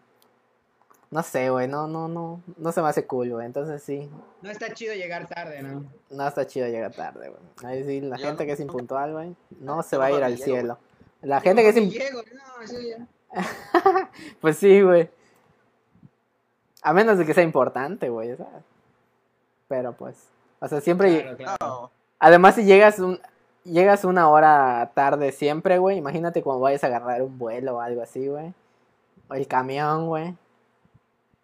Speaker 2: No sé, güey, no, no, no, no se me hace cool, güey. Entonces sí,
Speaker 3: No está chido llegar tarde, ¿no?
Speaker 2: no está chido llegar tarde, güey. Ahí sí, la
Speaker 1: Yo
Speaker 2: gente
Speaker 1: no-
Speaker 2: que es impuntual, güey, no se
Speaker 1: yo
Speaker 2: va a
Speaker 1: no
Speaker 2: ir al
Speaker 1: llego, güey.
Speaker 2: cielo. La gente que es
Speaker 3: si
Speaker 2: impuntual...
Speaker 3: llego, no, sí, ya.
Speaker 2: Pues sí, güey. A menos de que sea importante, güey, ¿sabes? Pero pues. O sea, siempre.
Speaker 3: Claro, claro.
Speaker 1: No,
Speaker 2: Además, si llegas un- llegas una hora tarde siempre, güey. Imagínate cuando vayas a agarrar un vuelo o algo así, güey. O el camión, güey.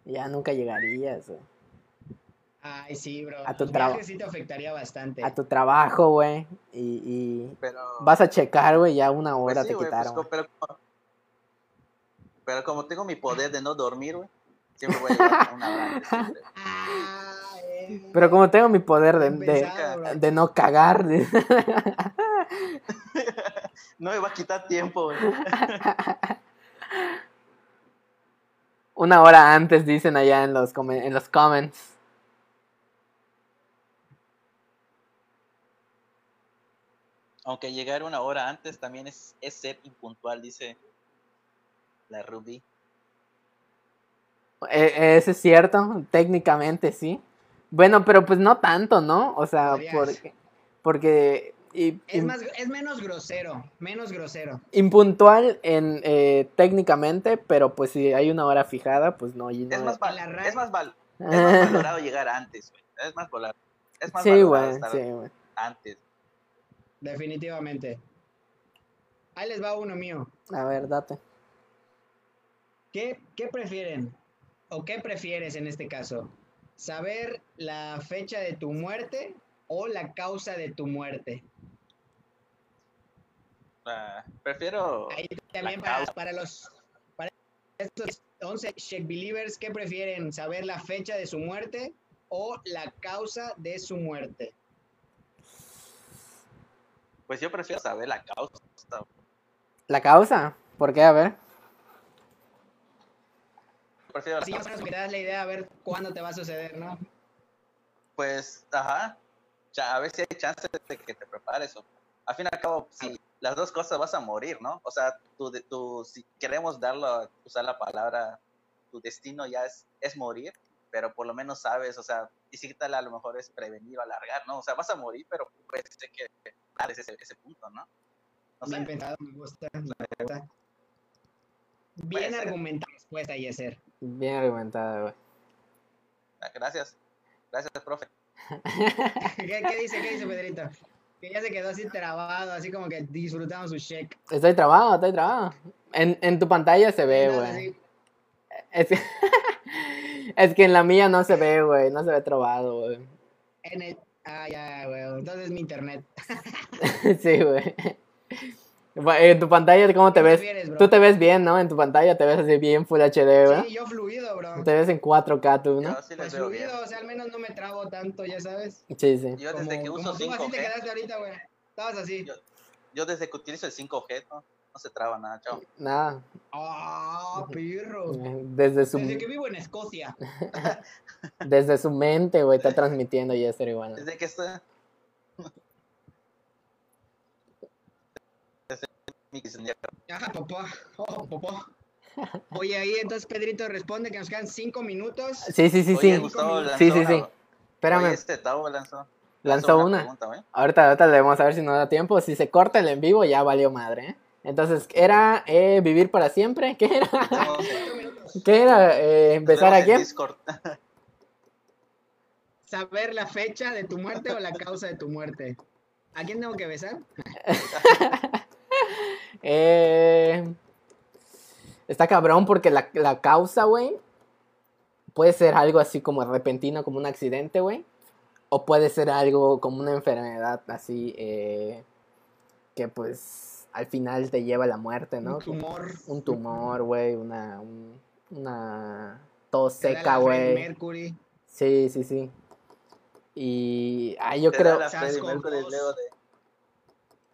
Speaker 2: Ya nunca llegarías, güey.
Speaker 3: Ay, sí, bro.
Speaker 2: A tu
Speaker 3: El
Speaker 2: traba-
Speaker 3: viaje sí te afectaría bastante.
Speaker 2: A tu trabajo, güey. Y,
Speaker 1: Pero,
Speaker 2: y vas a checar, güey, ya una
Speaker 1: pues
Speaker 2: hora
Speaker 1: sí,
Speaker 2: te
Speaker 1: güey, pues,
Speaker 2: quitaron.
Speaker 1: co- pero, como, pero como tengo mi poder de no dormir, güey, siempre voy a llegar a una hora. siempre.
Speaker 3: Ah, eh.
Speaker 2: güey. Pero como tengo mi poder de,
Speaker 3: Bien
Speaker 2: de-
Speaker 3: pensado, bro.
Speaker 2: de no cagar, de-
Speaker 1: No me va a quitar tiempo, güey.
Speaker 2: una hora antes dicen allá en los, come- en los comments.
Speaker 1: Aunque llegar una hora antes también es, es ser impuntual, dice la Ruby.
Speaker 2: E- Eso es cierto, técnicamente sí. Bueno, pero pues no tanto, ¿no? O sea,
Speaker 3: Podrías.
Speaker 2: porque, porque y-
Speaker 3: Es,
Speaker 2: im-
Speaker 3: más, es menos grosero, menos grosero.
Speaker 2: impuntual en eh, técnicamente, pero pues si hay una hora fijada, pues no. y no-
Speaker 1: Es más, val-
Speaker 3: la RAE.
Speaker 1: es más, val- es más valorado llegar antes, güey. Es más valorado. Es más
Speaker 2: sí,
Speaker 1: valorado
Speaker 2: güey,
Speaker 1: estar
Speaker 2: sí, güey.
Speaker 1: antes.
Speaker 3: Definitivamente. Ahí les va uno mío.
Speaker 2: A ver, date.
Speaker 3: ¿Qué, qué prefieren? ¿O qué prefieres en este caso? ¿Saber la fecha de tu muerte o la causa de tu muerte?
Speaker 1: Ah, prefiero
Speaker 3: Ahí también
Speaker 1: La
Speaker 3: para,
Speaker 1: causa.
Speaker 3: para los para estos 11 Shake Believers, ¿qué prefieren? ¿Saber la fecha de su muerte o la causa de su muerte?
Speaker 1: Pues yo prefiero saber la causa.
Speaker 2: ¿La causa? ¿Por qué? A ver.
Speaker 1: Prefiero la
Speaker 3: Así más o
Speaker 1: causa.
Speaker 3: menos que te das la idea a ver cuándo te va a suceder, ¿no?
Speaker 1: Pues, ajá. cha- a ver si hay chances de que te prepares. O, al fin y al cabo, si las dos cosas vas a morir, ¿no? O sea, tu, de- tu, si queremos darlo, usar la palabra, tu destino ya es, es morir, pero por lo menos sabes, o sea, y sí tal a lo mejor es prevenir o alargar, ¿no? O sea, vas a morir, pero pues sé que tal ese, ese punto, ¿no? No
Speaker 3: Bien
Speaker 1: sé,
Speaker 3: pensado, me gusta, me gusta. Bien pues,
Speaker 1: Puede ser.
Speaker 3: argumentada respuesta, Yeser.
Speaker 2: Bien argumentada, güey.
Speaker 1: Ah, gracias. Gracias, profe.
Speaker 3: ¿Qué, qué dice, qué dice Pedrito? Que ya se quedó así trabado, así como que disfrutando su check.
Speaker 2: Estoy trabado, estoy trabado. En, en tu pantalla se ve,
Speaker 3: Entonces,
Speaker 2: güey.
Speaker 3: así,
Speaker 2: Es que, es que en la mía no se ve, güey. No se ve trabado, güey.
Speaker 3: en el- Ah, ya, güey. Entonces mi internet.
Speaker 2: Sí, güey. Va- En tu pantalla, ¿cómo te
Speaker 3: ¿Qué
Speaker 2: ves?
Speaker 3: prefieres, bro?
Speaker 2: Tú te ves bien, ¿no? En tu pantalla te ves así bien Full HD, ¿verdad?
Speaker 3: Sí, yo fluido, bro.
Speaker 2: Te ves en 4K, tú, ¿no?
Speaker 1: Yo sí les
Speaker 3: Pues
Speaker 1: veo bien.
Speaker 3: fluido, o sea, al menos no me trabo tanto, ya sabes.
Speaker 2: Sí, sí.
Speaker 1: Yo desde
Speaker 3: Como-
Speaker 1: que uso
Speaker 3: como tú así te
Speaker 1: 5G,
Speaker 3: quedaste ahorita, güey. Estabas así.
Speaker 1: Yo- yo desde que utilizo el 5G, no, no se traba nada, chao.
Speaker 2: Nada. Eh,
Speaker 3: Ah, perro.
Speaker 2: Desde su,
Speaker 3: Desde que vivo en Escocia.
Speaker 2: desde su mente, güey, está transmitiendo y eso igual.
Speaker 1: Desde que estoy... Desde mi quinceañera.
Speaker 3: Ajá, papá. Oh, papá. Oye, ahí entonces Pedrito responde que nos quedan cinco minutos.
Speaker 2: Sí, sí, sí,
Speaker 1: Oye,
Speaker 2: sí.
Speaker 1: Gustavo lanzó
Speaker 2: Sí, sí,
Speaker 1: una-
Speaker 2: sí.
Speaker 1: oye,
Speaker 2: Espérame,
Speaker 1: este Tavo lanzó, lanzó
Speaker 2: lanzó
Speaker 1: una
Speaker 2: una.
Speaker 1: pregunta, ¿eh?
Speaker 2: Ahorita, ahorita le vamos a ver si nos da tiempo. Si se corta el en vivo, ya valió madre, ¿eh? Entonces, ¿era eh, vivir para siempre? ¿Qué era?
Speaker 1: Nos vemos- nos
Speaker 3: Cuatro minutos.
Speaker 2: ¿Qué era? Eh, ¿Empezar
Speaker 1: vemos en
Speaker 2: aquí?
Speaker 1: Discord.
Speaker 3: Saber la fecha de tu muerte o la causa de tu muerte. ¿A quién tengo que besar?
Speaker 2: Eh, está cabrón porque la, la causa, güey, puede ser algo así como repentino, como un accidente, güey. O puede ser algo como una enfermedad así eh, que pues al final te lleva a la muerte, ¿no?
Speaker 3: Un tumor.
Speaker 2: Un tumor, güey, una, un- una tos
Speaker 3: Te da
Speaker 2: seca,
Speaker 3: la Freddie
Speaker 2: güey.
Speaker 3: Mercury.
Speaker 2: Sí, sí, sí. Y ah, yo
Speaker 1: Te da
Speaker 2: creo,
Speaker 1: la Freddie
Speaker 3: Sasco,
Speaker 1: Mercury
Speaker 3: dos.
Speaker 1: luego de,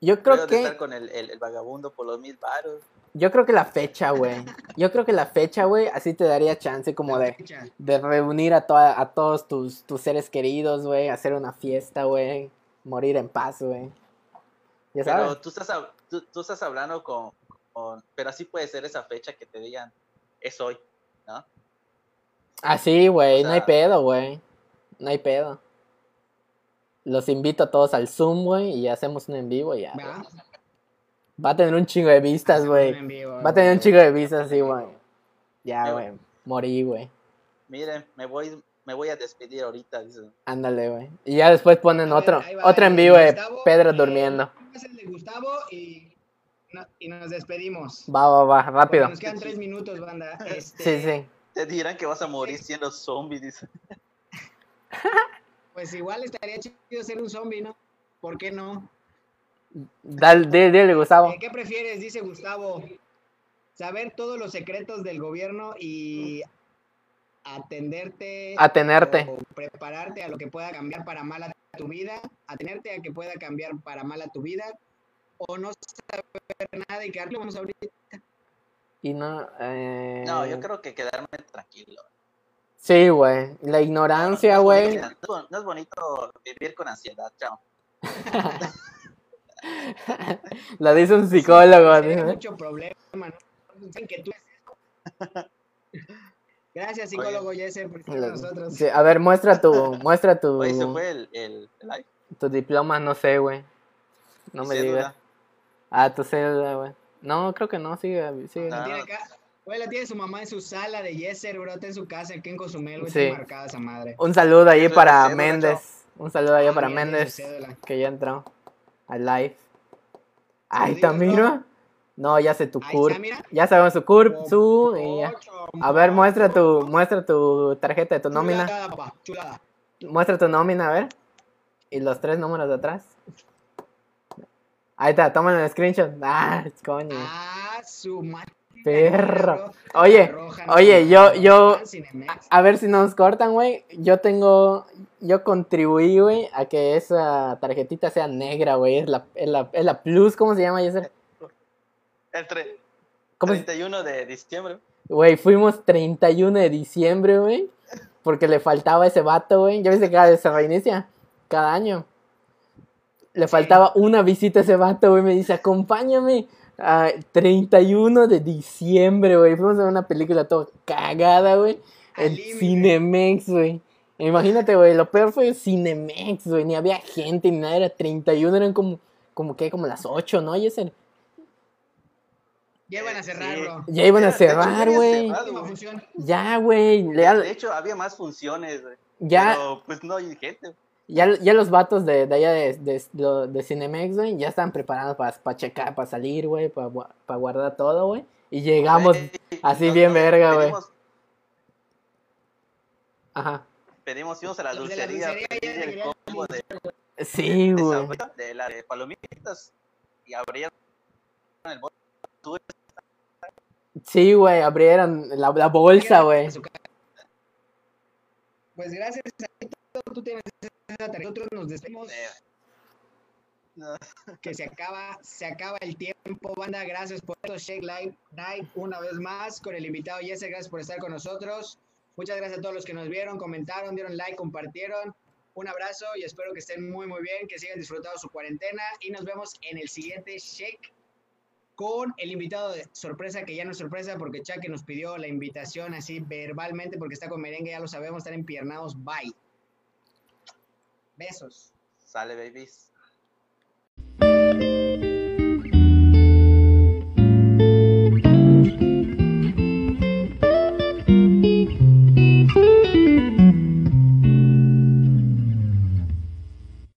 Speaker 2: yo
Speaker 1: luego
Speaker 2: creo
Speaker 1: de
Speaker 2: que...
Speaker 1: estar con el, el, el vagabundo por los mil baros.
Speaker 2: Yo creo que la fecha, güey. Yo creo que la fecha, güey, así te daría chance como
Speaker 3: La
Speaker 2: de,
Speaker 3: fecha.
Speaker 2: de reunir a, toda- a todos tus, tus seres queridos, güey, hacer una fiesta, güey, morir en paz, güey. Ya sabes.
Speaker 1: Pero tú estás, hab- tú, tú estás hablando con, con- Pero así puede ser esa fecha que te digan, es hoy.
Speaker 2: Así, güey,
Speaker 1: o
Speaker 2: no hay
Speaker 1: sea-
Speaker 2: pedo, güey. No hay pedo. Los invito a todos al Zoom, güey, y hacemos un en vivo y ya. güey.
Speaker 3: Va.
Speaker 2: Va a tener un chingo de vistas, güey.
Speaker 3: En vivo,
Speaker 2: Va a tener un chingo de vistas, sí, güey. Ya,
Speaker 1: Yo-
Speaker 2: güey. Morí, güey.
Speaker 1: Miren, me voy, me voy a despedir ahorita, dice.
Speaker 2: Ándale, güey. Y ya después ponen
Speaker 3: A ver,
Speaker 2: otro,
Speaker 3: ahí va
Speaker 2: otro en
Speaker 3: el
Speaker 2: vivo de
Speaker 3: Gustavo. eh,
Speaker 2: Pedro durmiendo.
Speaker 3: más el de Gustavo y, no- y nos despedimos.
Speaker 2: Va, va, va,
Speaker 3: Porque
Speaker 2: rápido.
Speaker 3: Nos quedan tres minutos, banda. Este,
Speaker 2: Sí, sí.
Speaker 1: Te dirán que vas a morir siendo zombie, dice.
Speaker 3: Pues igual estaría chido ser un zombie, ¿no? ¿Por qué no?
Speaker 2: Dale, dile, dile, Gustavo.
Speaker 3: Eh, ¿Qué prefieres? Dice Gustavo. Saber todos los secretos del gobierno y atenderte.
Speaker 2: Atenerte.
Speaker 3: o prepararte a lo que pueda cambiar para mala tu vida, atenerte a que pueda cambiar para mala tu vida, o no saber nada y quedarte como ahorita.
Speaker 2: Y no. eh,
Speaker 1: No, yo creo que quedarme tranquilo.
Speaker 2: Sí, güey. La ignorancia,
Speaker 1: No
Speaker 2: güey.
Speaker 1: es bonito- no es bonito vivir con ansiedad, chao.
Speaker 2: Lo dice un psicólogo.
Speaker 3: Sería
Speaker 2: dice.
Speaker 3: mucho problema, ¿no? Dicen que tú Gracias, psicólogo Yeser, por estar con nosotros.
Speaker 2: Sí, a ver, muestra tu, muestra tu,
Speaker 1: Oye, se fue el, el, el live.
Speaker 2: tu diploma, no sé, güey. No
Speaker 1: Mi
Speaker 2: me
Speaker 1: cédula.
Speaker 2: digas. Ah, tu cédula, güey. No, creo que no, sigue, sigue.
Speaker 1: Ah.
Speaker 3: La tiene acá. Güey, la tiene su mamá en su sala de Yeser, bro, está en su casa, aquí en Cozumel, güey,
Speaker 2: Sí.
Speaker 3: está marcada esa madre.
Speaker 2: Un saludo ahí
Speaker 1: Cédula,
Speaker 2: para
Speaker 1: cédula,
Speaker 2: Méndez. Un saludo ahí
Speaker 3: Ah,
Speaker 2: para
Speaker 3: mira, tiene
Speaker 2: Méndez,
Speaker 3: su cédula.
Speaker 2: que ya entró al live. Ahí
Speaker 3: digas,
Speaker 2: Tamiro. No, ya sé tu
Speaker 3: Ahí
Speaker 2: curp.
Speaker 3: está, mira.
Speaker 2: Ya sabemos su curp, su. y ya.
Speaker 3: Ocho,
Speaker 2: A ver, muestra tu, muestra tu tarjeta de tu nómina.
Speaker 3: Chulada, papá, chulada.
Speaker 2: Muestra tu nómina, a ver. Y los tres números de atrás. Ahí está, toman el screenshot. Ah, coño.
Speaker 3: Ah, su madre.
Speaker 2: Perro.
Speaker 3: Roja,
Speaker 2: Oye,
Speaker 3: roja,
Speaker 2: oye,
Speaker 3: no,
Speaker 2: yo, yo,
Speaker 3: no,
Speaker 2: a,
Speaker 3: Cinemex.
Speaker 2: a ver si nos cortan, güey. Yo tengo, yo contribuí, güey, a que esa tarjetita sea negra, güey. Es la, es la, es la plus, ¿cómo se llama, Yeser?
Speaker 1: El tre-
Speaker 2: ¿Cómo se-
Speaker 1: 31 de diciembre.
Speaker 2: Güey, fuimos 31 de diciembre, güey. Porque le faltaba ese vato, güey. Ya viste que cada- se reinicia cada año. Le faltaba una visita a ese vato, güey. Me dice, acompáñame. a 31 de diciembre, güey. Fuimos a ver una película toda cagada, güey.
Speaker 3: Al
Speaker 2: En
Speaker 3: límite.
Speaker 2: Cinemex, güey. Imagínate, güey. Lo peor fue Cinemex, güey. Ni había gente, ni nada. Era 31, eran como, como que, como las 8, ¿no? Y ese-
Speaker 3: Ya iban a cerrarlo.
Speaker 2: Ya iban a
Speaker 1: Era- de hecho,
Speaker 2: cerrar,
Speaker 1: quería
Speaker 2: güey.
Speaker 1: cerrar.
Speaker 3: Última función.
Speaker 2: Ya, güey. le-
Speaker 1: De hecho, había más funciones, güey.
Speaker 2: Ya.
Speaker 1: Pero pues no hay gente.
Speaker 2: Ya, ya los vatos de, de allá de, de, lo- de Cinemex, güey, ya estaban preparados para checar, para salir, güey, para guardar todo, güey. Y llegamos,
Speaker 1: Güey,
Speaker 2: así
Speaker 1: nos-
Speaker 2: bien
Speaker 1: nos
Speaker 2: verga, güey.
Speaker 1: pedimos-
Speaker 2: Ajá.
Speaker 1: Pedimos, íbamos a la
Speaker 3: Los de la
Speaker 1: dulcería,
Speaker 3: dulcería ya
Speaker 1: pedir el
Speaker 3: llegaron.
Speaker 1: combo de, de
Speaker 2: Sí, güey.
Speaker 1: sabrita, de la de palomitas y abrieron el bote.
Speaker 2: Sí, güey, abrieron la, la bolsa, güey.
Speaker 3: Pues gracias a todo, tú tienes esa tarea. Nosotros nos despedimos,
Speaker 1: Eh, no,
Speaker 3: que se acaba, se acaba el tiempo, banda. Gracias por esto, Shake Live Night, una vez más, con el invitado Yeser, gracias por estar con nosotros. Muchas gracias a todos los que nos vieron, comentaron, dieron like, compartieron. Un abrazo y espero que estén muy, muy bien, que sigan disfrutando su cuarentena y nos vemos en el siguiente Shake con el invitado de sorpresa, que ya no es sorpresa porque Chaque nos pidió la invitación así verbalmente porque está con merengue, ya lo sabemos, están empiernados. Bye. Besos.
Speaker 1: sale, babies.